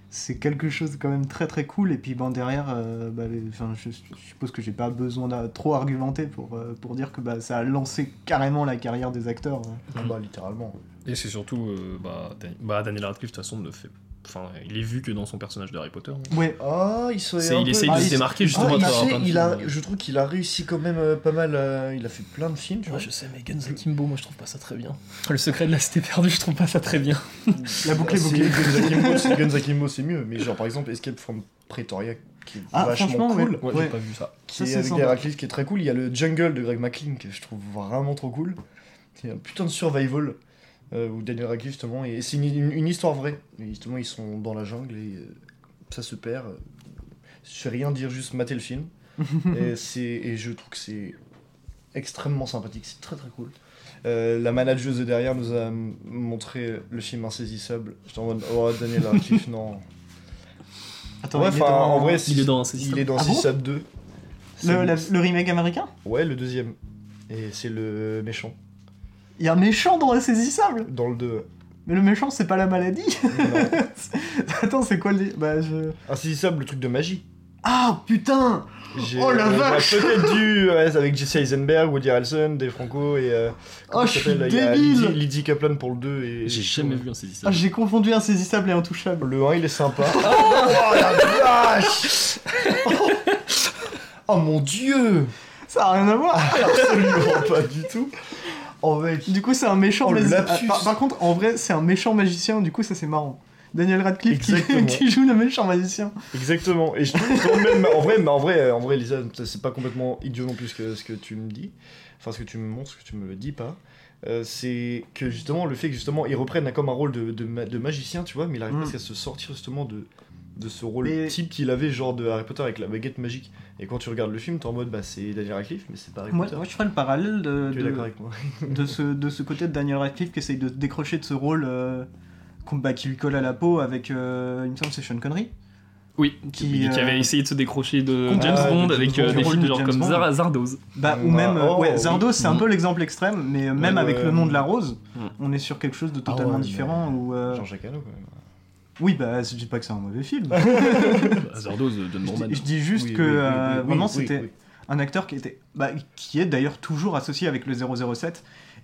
[SPEAKER 1] c'est quelque chose de quand même très très cool. Et puis bon, derrière, euh, bah, les- enfin, je, je suppose que j'ai pas besoin de trop argumenter pour, euh, pour dire que bah, ça a lancé carrément la carrière des acteurs. hein.
[SPEAKER 3] Ah bah, littéralement.
[SPEAKER 2] Et c'est surtout, euh, bah, Dan- bah, Daniel Radcliffe, de toute façon, ne fait. Enfin, il est vu que dans son personnage d'Harry Potter. hein.
[SPEAKER 1] Ouais,
[SPEAKER 3] Ah, il se.
[SPEAKER 2] C'est- Il essaye
[SPEAKER 1] Ah,
[SPEAKER 2] de
[SPEAKER 1] il-
[SPEAKER 2] se démarquer justement.
[SPEAKER 3] Ah,
[SPEAKER 2] à
[SPEAKER 3] il
[SPEAKER 2] travers
[SPEAKER 3] sait,
[SPEAKER 2] plein de
[SPEAKER 3] il
[SPEAKER 2] films.
[SPEAKER 3] a, je trouve qu'il a réussi quand même euh, pas mal. euh, il a fait plein de films, tu vois.
[SPEAKER 2] Ouais, je sais, mais Guns Akimbo, moi je trouve pas ça très bien. [LAUGHS] Le secret de la cité perdue, je trouve pas ça très bien.
[SPEAKER 1] la boucle
[SPEAKER 3] Ah,
[SPEAKER 1] est
[SPEAKER 3] c'est-
[SPEAKER 1] bouclée.
[SPEAKER 3] Guns Akimbo, c'est- Guns Akimbo, c'est mieux. Mais genre, par exemple, Escape from Pretoria, qui est
[SPEAKER 1] Ah,
[SPEAKER 3] vachement
[SPEAKER 1] franchement, ouais.
[SPEAKER 3] cool.
[SPEAKER 2] Ouais, j'ai pas vu ça.
[SPEAKER 3] Qui
[SPEAKER 1] Ça,
[SPEAKER 3] est
[SPEAKER 1] c'est
[SPEAKER 3] avec
[SPEAKER 1] sympa.
[SPEAKER 3] Héraclite, qui est très cool. Il y a le Jungle de Greg McLean, que je trouve vraiment trop cool. C'est un putain de survival. euh, où Daniel Radcliffe, justement, et c'est une, une- une histoire vraie. Et justement, ils sont dans la jungle et euh, ça se perd. euh, Je sais rien dire, juste mater
[SPEAKER 1] [LAUGHS]
[SPEAKER 3] le film. et, c'est- et je trouve que c'est extrêmement sympathique, c'est très très cool. Euh, la manageuse de derrière nous a m- montré le film Insaisissable. J'étais en mode, oh Daniel
[SPEAKER 1] [LAUGHS]
[SPEAKER 3] Radcliffe, non.
[SPEAKER 1] Attends,
[SPEAKER 3] Ouais,
[SPEAKER 1] il est
[SPEAKER 3] enfin,
[SPEAKER 1] dans-
[SPEAKER 3] en vrai, si-
[SPEAKER 2] Il est dans un
[SPEAKER 3] il est dans
[SPEAKER 1] Ah bon
[SPEAKER 3] Insaisissable 2.
[SPEAKER 1] le,
[SPEAKER 3] C'est-
[SPEAKER 1] la- le remake américain
[SPEAKER 3] Ouais, le deuxième. Et c'est le méchant.
[SPEAKER 1] Il y a un méchant dans Insaisissable
[SPEAKER 3] Dans le 2.
[SPEAKER 1] Mais le méchant, c'est pas la maladie [LAUGHS]
[SPEAKER 3] Non. Ah,
[SPEAKER 1] Attends, c'est quoi le. Bah, je.
[SPEAKER 3] Insaisissable, le truc de magie.
[SPEAKER 1] Ah putain
[SPEAKER 3] J'ai-
[SPEAKER 1] Oh, la
[SPEAKER 3] on a
[SPEAKER 1] vache
[SPEAKER 3] Peut-être dû euh, ouais, avec Jesse Eisenberg, Woody Harrelson, Dave Franco et. euh, comment
[SPEAKER 1] Oh, je
[SPEAKER 3] ça s'appelle,
[SPEAKER 1] suis
[SPEAKER 3] il y a
[SPEAKER 1] débile
[SPEAKER 3] Lydie, Lydie Kaplan pour le 2 et.
[SPEAKER 2] J'ai jamais vu un saisissable.
[SPEAKER 1] Ah, J'ai confondu Insaisissable et Intouchable.
[SPEAKER 3] Le 1, il
[SPEAKER 1] [LAUGHS]
[SPEAKER 3] est sympa. oh, la [LAUGHS] vache Oh mon dieu
[SPEAKER 1] Ça a rien à voir
[SPEAKER 3] Absolument pas du tout. Oh mec.
[SPEAKER 1] Du coup, c'est un méchant.
[SPEAKER 3] Oh, le
[SPEAKER 1] magi-
[SPEAKER 3] lapsus.
[SPEAKER 1] Ah, par, par contre, en vrai, c'est un méchant magicien, du coup, ça c'est marrant. Daniel Radcliffe qui, [LAUGHS]
[SPEAKER 3] Exactement.
[SPEAKER 1] qui joue le méchant magicien.
[SPEAKER 3] Exactement. Et je trouve quand même, en vrai, mais en vrai, euh, en vrai, Lisa, ça, c'est pas complètement idiot non plus que ce que tu me dis, enfin ce que tu me montres, ce que tu me le dis pas. Euh, c'est que justement le fait que justement ils reprennent comme un rôle de, de, ma- de magicien, tu vois, mais il arrive
[SPEAKER 1] Mm.
[SPEAKER 3] presque à se sortir justement de de ce rôle
[SPEAKER 1] Mais-
[SPEAKER 3] type qu'il avait genre de Harry Potter avec la baguette magique. Et quand tu regardes le film, t'es en mode bah c'est Daniel Radcliffe, mais c'est pas Harry
[SPEAKER 1] Moi,
[SPEAKER 3] Potter.
[SPEAKER 1] moi, je ferais le parallèle de,
[SPEAKER 3] tu es
[SPEAKER 1] de-
[SPEAKER 3] d'accord avec moi
[SPEAKER 1] de ce, de ce côté de Daniel Radcliffe qui essaye de se décrocher de ce rôle euh, qu'on- bah, qui lui colle à la peau avec, euh, il me semble, que c'est Sean Connery.
[SPEAKER 2] Oui,
[SPEAKER 1] Qui,
[SPEAKER 2] Ah, qui, qui
[SPEAKER 1] euh,
[SPEAKER 2] avait essayé de se décrocher de
[SPEAKER 1] Ah, de
[SPEAKER 2] James Bond
[SPEAKER 1] James
[SPEAKER 2] avec
[SPEAKER 1] Bond,
[SPEAKER 2] euh,
[SPEAKER 1] du
[SPEAKER 2] des
[SPEAKER 1] rôle
[SPEAKER 2] films
[SPEAKER 1] de
[SPEAKER 2] genre
[SPEAKER 1] James
[SPEAKER 2] comme
[SPEAKER 1] Bond.
[SPEAKER 2] Zar- Zardoz.
[SPEAKER 1] Bah, ou
[SPEAKER 3] Ah,
[SPEAKER 1] même, euh,
[SPEAKER 3] oh,
[SPEAKER 1] ouais,
[SPEAKER 3] oui.
[SPEAKER 1] Zardos, c'est un
[SPEAKER 2] Mm.
[SPEAKER 1] peu l'exemple extrême, mais euh, même
[SPEAKER 3] Ouais,
[SPEAKER 1] avec
[SPEAKER 3] ouais.
[SPEAKER 1] le nom de la rose,
[SPEAKER 2] Mm.
[SPEAKER 1] on est sur quelque chose de totalement
[SPEAKER 3] Ah ouais, mais-
[SPEAKER 1] différent. Ou, euh,
[SPEAKER 3] Jean-Jacques Hano quand même.
[SPEAKER 1] Oui, bah, je dis pas que c'est un mauvais film.
[SPEAKER 2] Bah, Zardoz de
[SPEAKER 1] Je
[SPEAKER 2] Norman.
[SPEAKER 1] dis- je dis juste
[SPEAKER 3] Oui,
[SPEAKER 1] que
[SPEAKER 3] oui, oui,
[SPEAKER 1] euh,
[SPEAKER 3] oui, oui,
[SPEAKER 1] vraiment
[SPEAKER 3] oui,
[SPEAKER 1] c'était
[SPEAKER 3] oui.
[SPEAKER 1] un acteur qui était bah, qui est d'ailleurs toujours associé avec le 007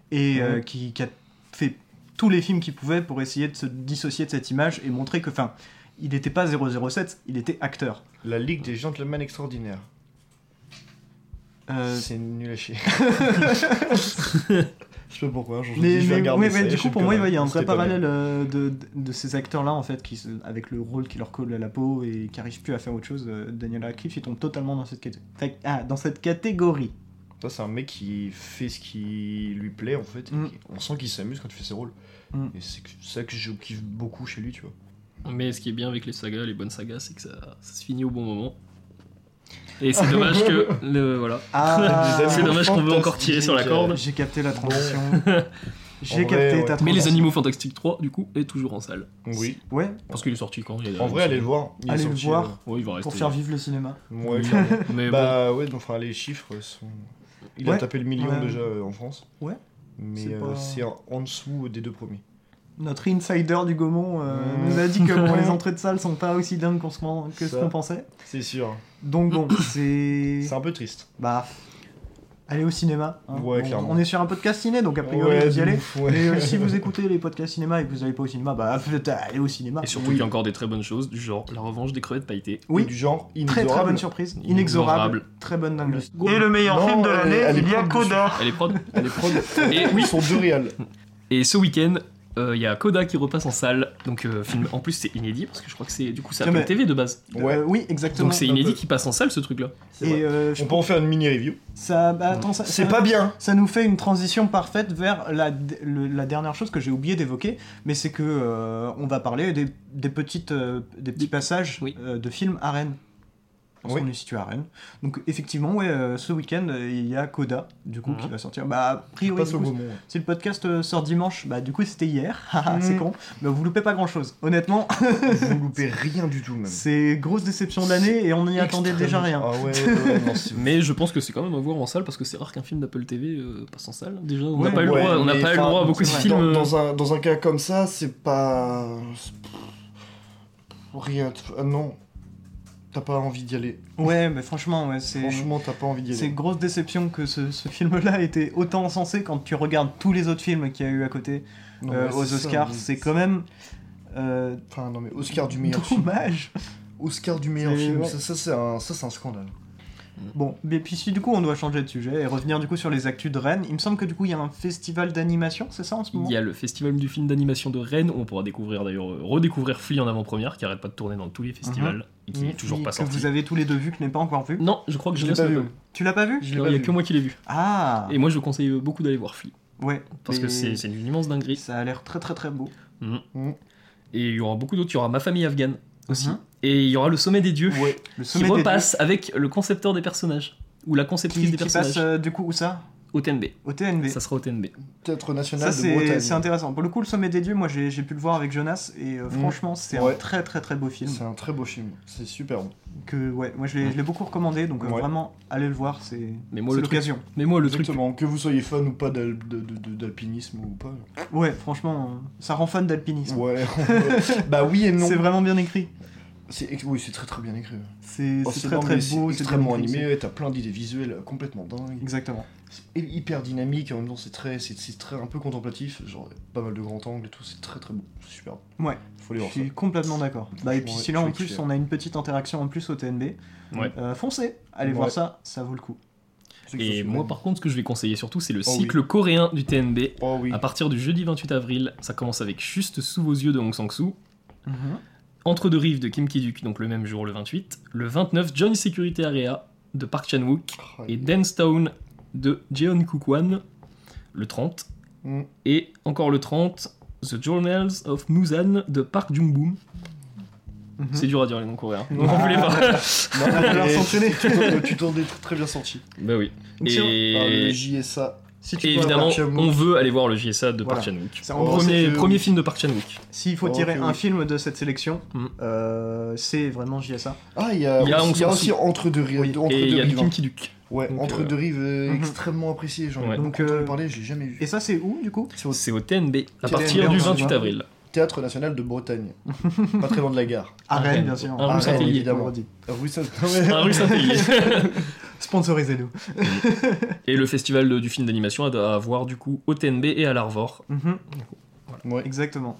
[SPEAKER 1] et
[SPEAKER 3] Ouais.
[SPEAKER 1] euh, qui, qui a fait tous les films qu'il pouvait pour essayer de se dissocier de cette image et montrer que enfin il n'était pas 007 il était acteur
[SPEAKER 3] La Ligue des Gentlemen Extraordinaires.
[SPEAKER 1] Euh,
[SPEAKER 3] C'est nul à chier. [LAUGHS] je sais pas pourquoi, je,
[SPEAKER 1] mais,
[SPEAKER 3] je vais
[SPEAKER 1] mais-
[SPEAKER 3] regarder
[SPEAKER 1] ouais,
[SPEAKER 3] ça,
[SPEAKER 1] mais
[SPEAKER 3] je
[SPEAKER 1] du
[SPEAKER 3] sais
[SPEAKER 1] coup pour
[SPEAKER 3] que
[SPEAKER 1] moi il ouais, il y a un
[SPEAKER 3] c'était
[SPEAKER 1] vrai
[SPEAKER 3] pas bien.
[SPEAKER 1] parallèle euh, de, de- de ces acteurs là en fait qui se- avec le rôle qui leur colle à la peau et qui n'arrivent plus à faire autre chose euh, Daniel Radcliffe il tombe totalement dans cette caté- ah, dans cette catégorie
[SPEAKER 3] Toi, c'est un mec qui fait ce qui lui plaît en fait. et
[SPEAKER 1] Mm.
[SPEAKER 3] qui- on sent qu'il s'amuse quand il fait ses rôles.
[SPEAKER 1] Mm.
[SPEAKER 3] Et c'est que- ça que je kiffe beaucoup chez lui, tu vois.
[SPEAKER 2] Mais ce qui est bien avec les sagas, les bonnes sagas, c'est que ça, ça se finit au bon moment. Et c'est dommage que. Le, voilà.
[SPEAKER 1] Ah.
[SPEAKER 2] [LAUGHS]
[SPEAKER 3] Des
[SPEAKER 2] c'est dommage qu'on veut encore
[SPEAKER 3] fantastiques,
[SPEAKER 2] tirer sur la
[SPEAKER 3] euh,
[SPEAKER 2] corde.
[SPEAKER 1] J'ai capté la transition.
[SPEAKER 3] En
[SPEAKER 1] [LAUGHS] J'ai
[SPEAKER 3] vrai,
[SPEAKER 1] capté
[SPEAKER 3] ouais.
[SPEAKER 1] ta transition.
[SPEAKER 2] Mais les Animaux Fantastiques 3, du coup, est toujours en salle.
[SPEAKER 3] Oui.
[SPEAKER 1] Ouais,
[SPEAKER 2] Parce qu'il est sorti quand il est-
[SPEAKER 3] En vrai, allez le voir. il est
[SPEAKER 1] allez le
[SPEAKER 3] sorti,
[SPEAKER 1] voir
[SPEAKER 3] euh,
[SPEAKER 2] Ouais, il va rester.
[SPEAKER 1] pour faire vivre le cinéma.
[SPEAKER 3] Ouais,
[SPEAKER 1] [LAUGHS]
[SPEAKER 2] Oui,
[SPEAKER 3] clairement.
[SPEAKER 2] Mais bon,
[SPEAKER 3] bah ouais, donc, enfin, les chiffres sont. Il a
[SPEAKER 1] Ouais.
[SPEAKER 3] tapé le million
[SPEAKER 1] Ouais.
[SPEAKER 3] déjà euh, en France.
[SPEAKER 1] Ouais.
[SPEAKER 3] Mais
[SPEAKER 1] C'est
[SPEAKER 3] euh,
[SPEAKER 1] pas-
[SPEAKER 3] c'est en en dessous des deux premiers.
[SPEAKER 1] Notre insider du Gaumont euh,
[SPEAKER 3] Mmh.
[SPEAKER 1] nous a dit
[SPEAKER 2] [LAUGHS]
[SPEAKER 1] que bon, les entrées de salle sont pas aussi dingues qu'on se ment- que ce
[SPEAKER 3] Ça.
[SPEAKER 1] qu'on pensait.
[SPEAKER 3] C'est sûr.
[SPEAKER 1] Donc
[SPEAKER 3] [COUGHS]
[SPEAKER 1] bon, c'est.
[SPEAKER 3] C'est un peu triste.
[SPEAKER 1] Bah. Allez au cinéma. hein.
[SPEAKER 3] Ouais,
[SPEAKER 1] Bon,
[SPEAKER 3] clairement.
[SPEAKER 1] On est sur un podcast ciné, donc a priori
[SPEAKER 3] Ouais,
[SPEAKER 1] vous y
[SPEAKER 3] de
[SPEAKER 1] allez.
[SPEAKER 3] ouf, ouais.
[SPEAKER 1] Mais
[SPEAKER 3] [LAUGHS]
[SPEAKER 1] euh, si vous écoutez les podcasts cinéma et que vous n'allez pas au cinéma, bah peut-être allez au cinéma.
[SPEAKER 2] et surtout qu'il y a encore des très bonnes choses, du genre la revanche des crevettes pailletées.
[SPEAKER 1] Oui.
[SPEAKER 3] Du genre
[SPEAKER 1] Très très bonne
[SPEAKER 3] inexorable.
[SPEAKER 1] surprise, inexorable,
[SPEAKER 2] Inexorable.
[SPEAKER 1] très bonne dingue.
[SPEAKER 3] Le- Non, euh, elle est pas
[SPEAKER 1] Coda.
[SPEAKER 2] Elle est prod.
[SPEAKER 3] Les prods,
[SPEAKER 2] Et oui.
[SPEAKER 3] ils sont deux réels.
[SPEAKER 2] Et ce week-end, euh, il y a Coda qui repasse en salle. Donc, euh, film. En plus, c'est inédit parce que je crois que c'est du coup, c'est
[SPEAKER 1] Tiens,
[SPEAKER 2] Apple
[SPEAKER 1] mais-
[SPEAKER 2] TV de base.
[SPEAKER 3] Ouais.
[SPEAKER 1] Euh, oui, exactement.
[SPEAKER 2] Donc, c'est inédit qui passe en salle ce truc-là.
[SPEAKER 1] Et euh, je
[SPEAKER 3] On peut en faire une mini review.
[SPEAKER 1] Ça, bah, attends, ça,
[SPEAKER 3] C'est
[SPEAKER 1] ça-
[SPEAKER 3] pas bien.
[SPEAKER 1] ça nous fait une transition parfaite vers la, le- la dernière chose que j'ai oublié d'évoquer, mais c'est que euh, on va parler des, des petites, euh, des petits passages
[SPEAKER 2] Oui.
[SPEAKER 1] euh, de films à Rennes. Parce
[SPEAKER 3] Oui.
[SPEAKER 1] qu'on est situé à Rennes. Donc effectivement, ouais, euh, ce week-end, euh, il y a Coda, du coup, qui
[SPEAKER 2] Mhm.
[SPEAKER 1] va sortir. Bah, a priori,
[SPEAKER 3] Passe
[SPEAKER 1] du
[SPEAKER 3] au
[SPEAKER 1] coup,
[SPEAKER 3] moment. ouais.
[SPEAKER 1] si le podcast euh, sort dimanche, bah du coup c'était hier, [LAUGHS] Haha, c'est
[SPEAKER 3] Mm.
[SPEAKER 2] Mhm.
[SPEAKER 1] con, mais vous loupez pas grand chose. Honnêtement,
[SPEAKER 3] Vous loupez rien du tout,
[SPEAKER 1] [LAUGHS]
[SPEAKER 3] même.
[SPEAKER 1] c'est grosse déception de l'année et on n'y attendait déjà rien.
[SPEAKER 3] Ah ouais,
[SPEAKER 1] [LAUGHS]
[SPEAKER 3] vraiment, c'est-
[SPEAKER 2] Mais je pense que c'est quand même à voir en salle parce que c'est rare qu'un film d'Apple TV euh, passe en salle. Déjà, on n'a
[SPEAKER 1] Ouais,
[SPEAKER 2] pas eu le
[SPEAKER 3] ouais,
[SPEAKER 2] droit, on n'a
[SPEAKER 3] mais
[SPEAKER 2] pas eu le
[SPEAKER 3] enfin,
[SPEAKER 2] droit à beaucoup de
[SPEAKER 1] c'est vrai.
[SPEAKER 2] films.
[SPEAKER 3] Dans,
[SPEAKER 2] euh,
[SPEAKER 3] dans un, dans un cas comme ça, c'est pas. c'est- Rien. t- ah non. T'as pas envie d'y aller.
[SPEAKER 1] Ouais, mais franchement, ouais, c'est.
[SPEAKER 3] Franchement, t'as pas envie d'y
[SPEAKER 1] C'est
[SPEAKER 3] aller.
[SPEAKER 1] grosse déception que ce, ce film-là était autant encensé quand tu regardes tous les autres films qu'il y a eu à côté
[SPEAKER 3] Non,
[SPEAKER 1] euh,
[SPEAKER 3] mais
[SPEAKER 1] aux
[SPEAKER 3] c'est ça,
[SPEAKER 1] Oscars.
[SPEAKER 3] mais-
[SPEAKER 1] C'est quand même euh,
[SPEAKER 3] Enfin, non, mais Oscar du meilleur film.
[SPEAKER 1] dommage.
[SPEAKER 3] Oscar du meilleur
[SPEAKER 1] C'est-
[SPEAKER 3] film.
[SPEAKER 1] ouais.
[SPEAKER 3] Ça, ça, c'est un, ça, c'est un scandale.
[SPEAKER 1] Bon, mais puis si du coup on doit changer de sujet et revenir du coup sur les actus de Rennes, il me semble que du coup il y a un festival d'animation, c'est ça en ce moment
[SPEAKER 2] Il y a le festival du film d'animation de Rennes où on pourra découvrir d'ailleurs euh, redécouvrir Flea en avant-première qui arrête pas de tourner dans tous les festivals et qui
[SPEAKER 1] Oui,
[SPEAKER 2] est toujours pas
[SPEAKER 1] que
[SPEAKER 2] sorti.
[SPEAKER 1] vous avez tous les deux vu, que je n'ai pas encore vu.
[SPEAKER 2] Non, je crois que
[SPEAKER 3] Je
[SPEAKER 2] je
[SPEAKER 3] l'ai
[SPEAKER 2] l'ai
[SPEAKER 3] pas vu.
[SPEAKER 1] Tu l'as pas vu
[SPEAKER 3] Je l'ai
[SPEAKER 2] Il
[SPEAKER 3] pas
[SPEAKER 2] y a
[SPEAKER 3] vu.
[SPEAKER 2] que moi qui l'ai vu.
[SPEAKER 1] Ah
[SPEAKER 2] Et moi je conseille euh, beaucoup d'aller voir Flea
[SPEAKER 1] Ouais.
[SPEAKER 2] parce que
[SPEAKER 1] mais
[SPEAKER 2] c'est c'est une immense dinguerie.
[SPEAKER 1] Ça a l'air très très très beau.
[SPEAKER 3] Mm.
[SPEAKER 2] Et il y aura beaucoup d'autres. Il y aura Ma famille afghane aussi.
[SPEAKER 1] Mhm.
[SPEAKER 2] Et il y aura le sommet des dieux
[SPEAKER 3] Ouais.
[SPEAKER 1] Le
[SPEAKER 2] qui
[SPEAKER 1] sommet des
[SPEAKER 2] repasse avec le concepteur des personnages ou la
[SPEAKER 1] dieux
[SPEAKER 2] conceptrice
[SPEAKER 1] qui,
[SPEAKER 2] des
[SPEAKER 1] qui
[SPEAKER 2] personnages.
[SPEAKER 1] passe euh, du coup où ça
[SPEAKER 2] Au TNB.
[SPEAKER 1] Au TNV.
[SPEAKER 2] Ça sera au TNB.
[SPEAKER 3] Théâtre national
[SPEAKER 1] Ça,
[SPEAKER 3] de Bretagne.
[SPEAKER 1] c'est c'est intéressant. Pour le coup, le sommet des dieux, moi j'ai j'ai pu le voir avec Jonas et euh, franchement, c'est un
[SPEAKER 3] Mm. Ouais.
[SPEAKER 1] très très très beau film.
[SPEAKER 3] C'est un très beau film. C'est super bon.
[SPEAKER 1] Que, ouais, moi je l'ai je l'ai beaucoup recommandé donc euh,
[SPEAKER 3] Mm. Ouais.
[SPEAKER 1] vraiment allez le voir, c'est
[SPEAKER 2] Mais moi
[SPEAKER 1] c'est
[SPEAKER 2] le truc,
[SPEAKER 1] l'occasion.
[SPEAKER 2] mais moi le truc
[SPEAKER 3] Exactement. Que vous soyez fan ou pas d'al- de- de- de- d'alpinisme ou pas.
[SPEAKER 1] Ouais, franchement, euh, ça rend fan d'alpinisme.
[SPEAKER 3] Ouais. [LAUGHS] bah oui et non.
[SPEAKER 1] C'est vraiment bien écrit.
[SPEAKER 3] C'est ex- oui, c'est très très bien écrit. ouais.
[SPEAKER 1] C'est
[SPEAKER 3] Oh,
[SPEAKER 1] c'est
[SPEAKER 3] c'est
[SPEAKER 1] très
[SPEAKER 3] énorme,
[SPEAKER 1] très
[SPEAKER 3] mais c'est
[SPEAKER 1] beau, c'est
[SPEAKER 3] extrêmement
[SPEAKER 1] bien écrit,
[SPEAKER 3] animé. ouais, T'as plein d'idées visuelles euh, complètement
[SPEAKER 1] c'est-
[SPEAKER 3] dingues.
[SPEAKER 1] Exactement.
[SPEAKER 3] C'est hy- hyper dynamique. En même temps, c'est très, c'est, c'est très un peu contemplatif. Genre pas mal de grands angles et tout. C'est très très beau. C'est super.
[SPEAKER 1] Ouais. Je
[SPEAKER 3] Faut aller voir ça.
[SPEAKER 1] suis complètement d'accord. Bah, et puis
[SPEAKER 3] Ouais,
[SPEAKER 1] si là
[SPEAKER 3] je
[SPEAKER 1] en
[SPEAKER 3] vais
[SPEAKER 1] plus
[SPEAKER 3] kiffer.
[SPEAKER 1] on a une petite interaction en plus au TNB,
[SPEAKER 2] Ouais.
[SPEAKER 1] euh, foncez, allez
[SPEAKER 3] Ouais.
[SPEAKER 1] voir ça, ça vaut le coup.
[SPEAKER 3] C'est que ça,
[SPEAKER 2] et
[SPEAKER 3] c'est
[SPEAKER 2] moi
[SPEAKER 3] bien.
[SPEAKER 2] par contre ce que je vais conseiller surtout c'est le
[SPEAKER 3] Oh oui.
[SPEAKER 2] cycle coréen du TNB
[SPEAKER 3] Oh oui.
[SPEAKER 2] à partir du jeudi 28 avril. Ça commence avec Juste sous vos yeux de Hong Sang-soo, Mm-hmm. Entre deux rives de Kim Ki-duk donc le même jour le 28, le 29 Johnny Security Area de Park Chan-wook
[SPEAKER 3] Oh,
[SPEAKER 2] et
[SPEAKER 3] oui.
[SPEAKER 2] Dance Town de Jeon Kukwan le 30 [LAUGHS]
[SPEAKER 3] Mm.
[SPEAKER 2] et encore le 30 The Journals of Musan de Park Jung-boom.
[SPEAKER 1] Mhm.
[SPEAKER 2] C'est dur à dire les noms coréens.
[SPEAKER 1] Ouais.
[SPEAKER 2] Donc on
[SPEAKER 1] [LAUGHS]
[SPEAKER 2] voulait pas.
[SPEAKER 3] Non, mais
[SPEAKER 1] Alors,
[SPEAKER 3] tu-
[SPEAKER 1] s'entraîner.
[SPEAKER 3] tu tournes- Tu tournes des trucs très bien sortis.
[SPEAKER 2] bah oui.
[SPEAKER 1] Donc, si on-
[SPEAKER 3] Ah, le
[SPEAKER 2] Et,
[SPEAKER 3] JSA.
[SPEAKER 1] Si tu
[SPEAKER 2] et
[SPEAKER 1] peux
[SPEAKER 2] évidemment,
[SPEAKER 3] Park Chan-wook.
[SPEAKER 2] on veut aller voir le JSA de
[SPEAKER 1] Voilà.
[SPEAKER 2] Park Chan-wook.
[SPEAKER 1] C'est en gros,
[SPEAKER 2] Premier,
[SPEAKER 3] c'est que-
[SPEAKER 2] premier film de Park Chan-wook.
[SPEAKER 1] S'il faut
[SPEAKER 3] Oh,
[SPEAKER 1] tirer
[SPEAKER 3] ok,
[SPEAKER 1] un
[SPEAKER 3] oui.
[SPEAKER 1] film de cette sélection,
[SPEAKER 2] Mm.
[SPEAKER 1] euh, c'est vraiment JSA.
[SPEAKER 3] Ah, il y a,
[SPEAKER 2] Il y a
[SPEAKER 3] aussi-
[SPEAKER 2] Hong
[SPEAKER 3] il y a
[SPEAKER 2] Sang-soo.
[SPEAKER 3] aussi Entre deux, rives.
[SPEAKER 1] Oui.
[SPEAKER 3] Entre
[SPEAKER 2] Et il y a du
[SPEAKER 3] deux
[SPEAKER 1] hein.
[SPEAKER 3] rives.
[SPEAKER 2] Kim Ki-duk.
[SPEAKER 3] Ouais,
[SPEAKER 2] Donc,
[SPEAKER 3] Entre
[SPEAKER 2] euh,
[SPEAKER 3] deux rives, euh,
[SPEAKER 1] mhm.
[SPEAKER 3] extrêmement apprécié. J'en ai
[SPEAKER 2] Ouais.
[SPEAKER 1] Donc,
[SPEAKER 3] beaucoup
[SPEAKER 1] euh,
[SPEAKER 3] entendu parler, j'ai jamais vu.
[SPEAKER 1] Et ça, c'est où du coup
[SPEAKER 3] C'est au
[SPEAKER 2] Oh, C'est au TNB à
[SPEAKER 3] TNB,
[SPEAKER 2] partir du
[SPEAKER 1] on va
[SPEAKER 2] 28
[SPEAKER 1] voir.
[SPEAKER 2] avril.
[SPEAKER 3] Théâtre national de
[SPEAKER 1] [LAUGHS]
[SPEAKER 3] Bretagne. pas très loin de la gare.
[SPEAKER 1] À
[SPEAKER 2] À
[SPEAKER 1] Rennes,
[SPEAKER 2] Rennes.
[SPEAKER 1] bien sûr. Ah,
[SPEAKER 2] À
[SPEAKER 1] À
[SPEAKER 2] rue
[SPEAKER 1] Rennes,
[SPEAKER 2] Saint-Hélier.
[SPEAKER 1] évidemment. On redit. [LAUGHS]
[SPEAKER 3] Rue Saint-
[SPEAKER 2] [LAUGHS] Un rue Saint-Hélier.
[SPEAKER 1] Sponsorisez-nous.
[SPEAKER 2] Et le festival de- du film d'animation est à voir du coup au TNB et à l'Arvor.
[SPEAKER 1] Mhm,
[SPEAKER 3] Ouais.
[SPEAKER 1] Exactement.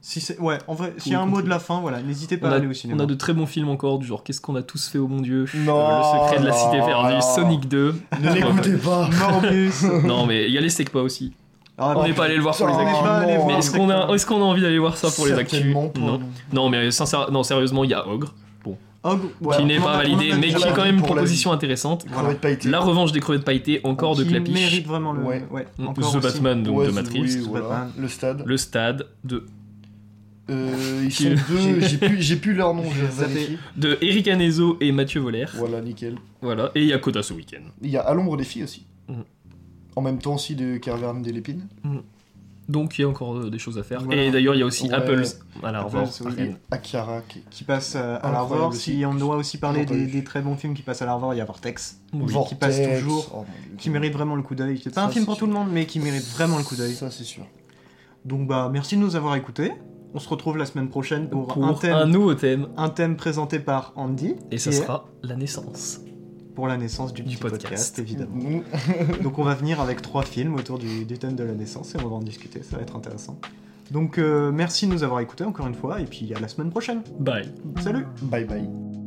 [SPEAKER 1] Si c'est... Ouais, en vrai, s'il y a
[SPEAKER 2] Oui,
[SPEAKER 1] un mot de
[SPEAKER 2] continue.
[SPEAKER 1] la fin, voilà, n'hésitez
[SPEAKER 2] On
[SPEAKER 1] pas à
[SPEAKER 2] a,
[SPEAKER 1] aller au
[SPEAKER 2] on
[SPEAKER 1] cinéma. [LAUGHS]
[SPEAKER 2] a de très bons films encore, du genre Qu'est-ce qu'on a tous fait au bon Dieu Euh,
[SPEAKER 3] Non,
[SPEAKER 2] Le secret de la cité
[SPEAKER 3] non,
[SPEAKER 2] perdue,
[SPEAKER 3] non.
[SPEAKER 1] [LAUGHS]
[SPEAKER 2] Sonic 2.
[SPEAKER 3] Ne l'écoutez pas.
[SPEAKER 2] [LAUGHS]
[SPEAKER 1] Morbius.
[SPEAKER 2] Non mais il y a les Secpa aussi.
[SPEAKER 1] Ah,
[SPEAKER 2] On
[SPEAKER 1] bah,
[SPEAKER 2] n'est pas allé le voir pour les
[SPEAKER 1] on n'est
[SPEAKER 2] actus.
[SPEAKER 1] pas allé
[SPEAKER 3] non.
[SPEAKER 1] voir
[SPEAKER 2] Mais est-ce qu'on a, est qu'on a envie d'aller voir ça pour les actus
[SPEAKER 3] Certainement pas.
[SPEAKER 2] Non. Non mais sincère, non, sérieusement, il y a Ogre
[SPEAKER 1] Hog- ouais,
[SPEAKER 2] qui n'est
[SPEAKER 1] on en
[SPEAKER 2] pas
[SPEAKER 1] a-
[SPEAKER 2] validé
[SPEAKER 1] on en a
[SPEAKER 2] mais
[SPEAKER 1] déjà
[SPEAKER 2] qui est quand
[SPEAKER 1] parlé.
[SPEAKER 2] même une
[SPEAKER 3] pour la
[SPEAKER 2] proposition intéressante.
[SPEAKER 3] Ça va être pas été.
[SPEAKER 2] La revanche des crevettes pailletées, encore de
[SPEAKER 1] Qui
[SPEAKER 2] Clapiche.
[SPEAKER 1] mérite vraiment le...
[SPEAKER 3] Ouais.
[SPEAKER 1] ouais,
[SPEAKER 2] Mm,
[SPEAKER 1] encore
[SPEAKER 2] The
[SPEAKER 1] aussi.
[SPEAKER 2] Batman donc
[SPEAKER 3] Ouais,
[SPEAKER 2] de
[SPEAKER 3] c'est-
[SPEAKER 2] Matrix.
[SPEAKER 3] oui, voilà.
[SPEAKER 1] Batman.
[SPEAKER 3] Le stade.
[SPEAKER 2] Le stade de,
[SPEAKER 3] Euh, ils
[SPEAKER 2] Qui-
[SPEAKER 3] sont
[SPEAKER 1] [LAUGHS]
[SPEAKER 3] deux. J'ai plus, j'ai plus leur nom. Je
[SPEAKER 1] J'ai zappé.
[SPEAKER 3] vérifie.
[SPEAKER 2] de Eric Anezo et Mathieu Voller.
[SPEAKER 3] Voilà, nickel.
[SPEAKER 2] Voilà, et il y a Coda ce week-end.
[SPEAKER 3] Il y a À l'ombre des filles aussi.
[SPEAKER 2] Mhm.
[SPEAKER 3] En même temps aussi de Caverne des Lépines.
[SPEAKER 2] Donc il y a encore euh, des choses à faire.
[SPEAKER 1] Voilà.
[SPEAKER 2] Et d'ailleurs, il y a aussi
[SPEAKER 3] Ouais.
[SPEAKER 2] Apple's à la Revoir,
[SPEAKER 1] Apple's, oui.
[SPEAKER 2] à Rennes.
[SPEAKER 3] Akira. qui-
[SPEAKER 1] Qui passe euh, à
[SPEAKER 3] Incroyable
[SPEAKER 1] l'Arvor.
[SPEAKER 3] aussi.
[SPEAKER 1] Si on doit aussi parler
[SPEAKER 3] J'ai entendu.
[SPEAKER 1] des, des très bons films qui passent à l'Arvor, il y a Vortex.
[SPEAKER 2] Oui.
[SPEAKER 1] Qui passe
[SPEAKER 3] Vortex.
[SPEAKER 1] toujours.
[SPEAKER 3] Oh, mon Dieu.
[SPEAKER 2] Mm.
[SPEAKER 1] Qui mérite vraiment le coup d'œil. C'est pas
[SPEAKER 3] Ça,
[SPEAKER 1] un film
[SPEAKER 3] c'est
[SPEAKER 1] pour tout le monde, mais qui mérite vraiment le coup d'œil.
[SPEAKER 3] Ça, c'est sûr.
[SPEAKER 1] Donc bah merci de nous avoir écoutés. On se retrouve la semaine prochaine pour,
[SPEAKER 2] Pour
[SPEAKER 1] un
[SPEAKER 2] un,
[SPEAKER 1] thème,
[SPEAKER 2] nouveau thème,
[SPEAKER 1] un thème présenté par Andy.
[SPEAKER 2] et ça
[SPEAKER 1] qui est
[SPEAKER 2] sera la naissance.
[SPEAKER 1] pour la naissance du, petit
[SPEAKER 2] du
[SPEAKER 1] podcast.
[SPEAKER 2] podcast. [LAUGHS]
[SPEAKER 1] évidemment. Donc on va venir avec trois films autour du, du thème de la naissance et on va en discuter. Ça va être intéressant. Donc euh, merci de nous avoir écoutés encore une fois et puis à la semaine prochaine.
[SPEAKER 2] Bye.
[SPEAKER 1] Salut.
[SPEAKER 3] Bye bye.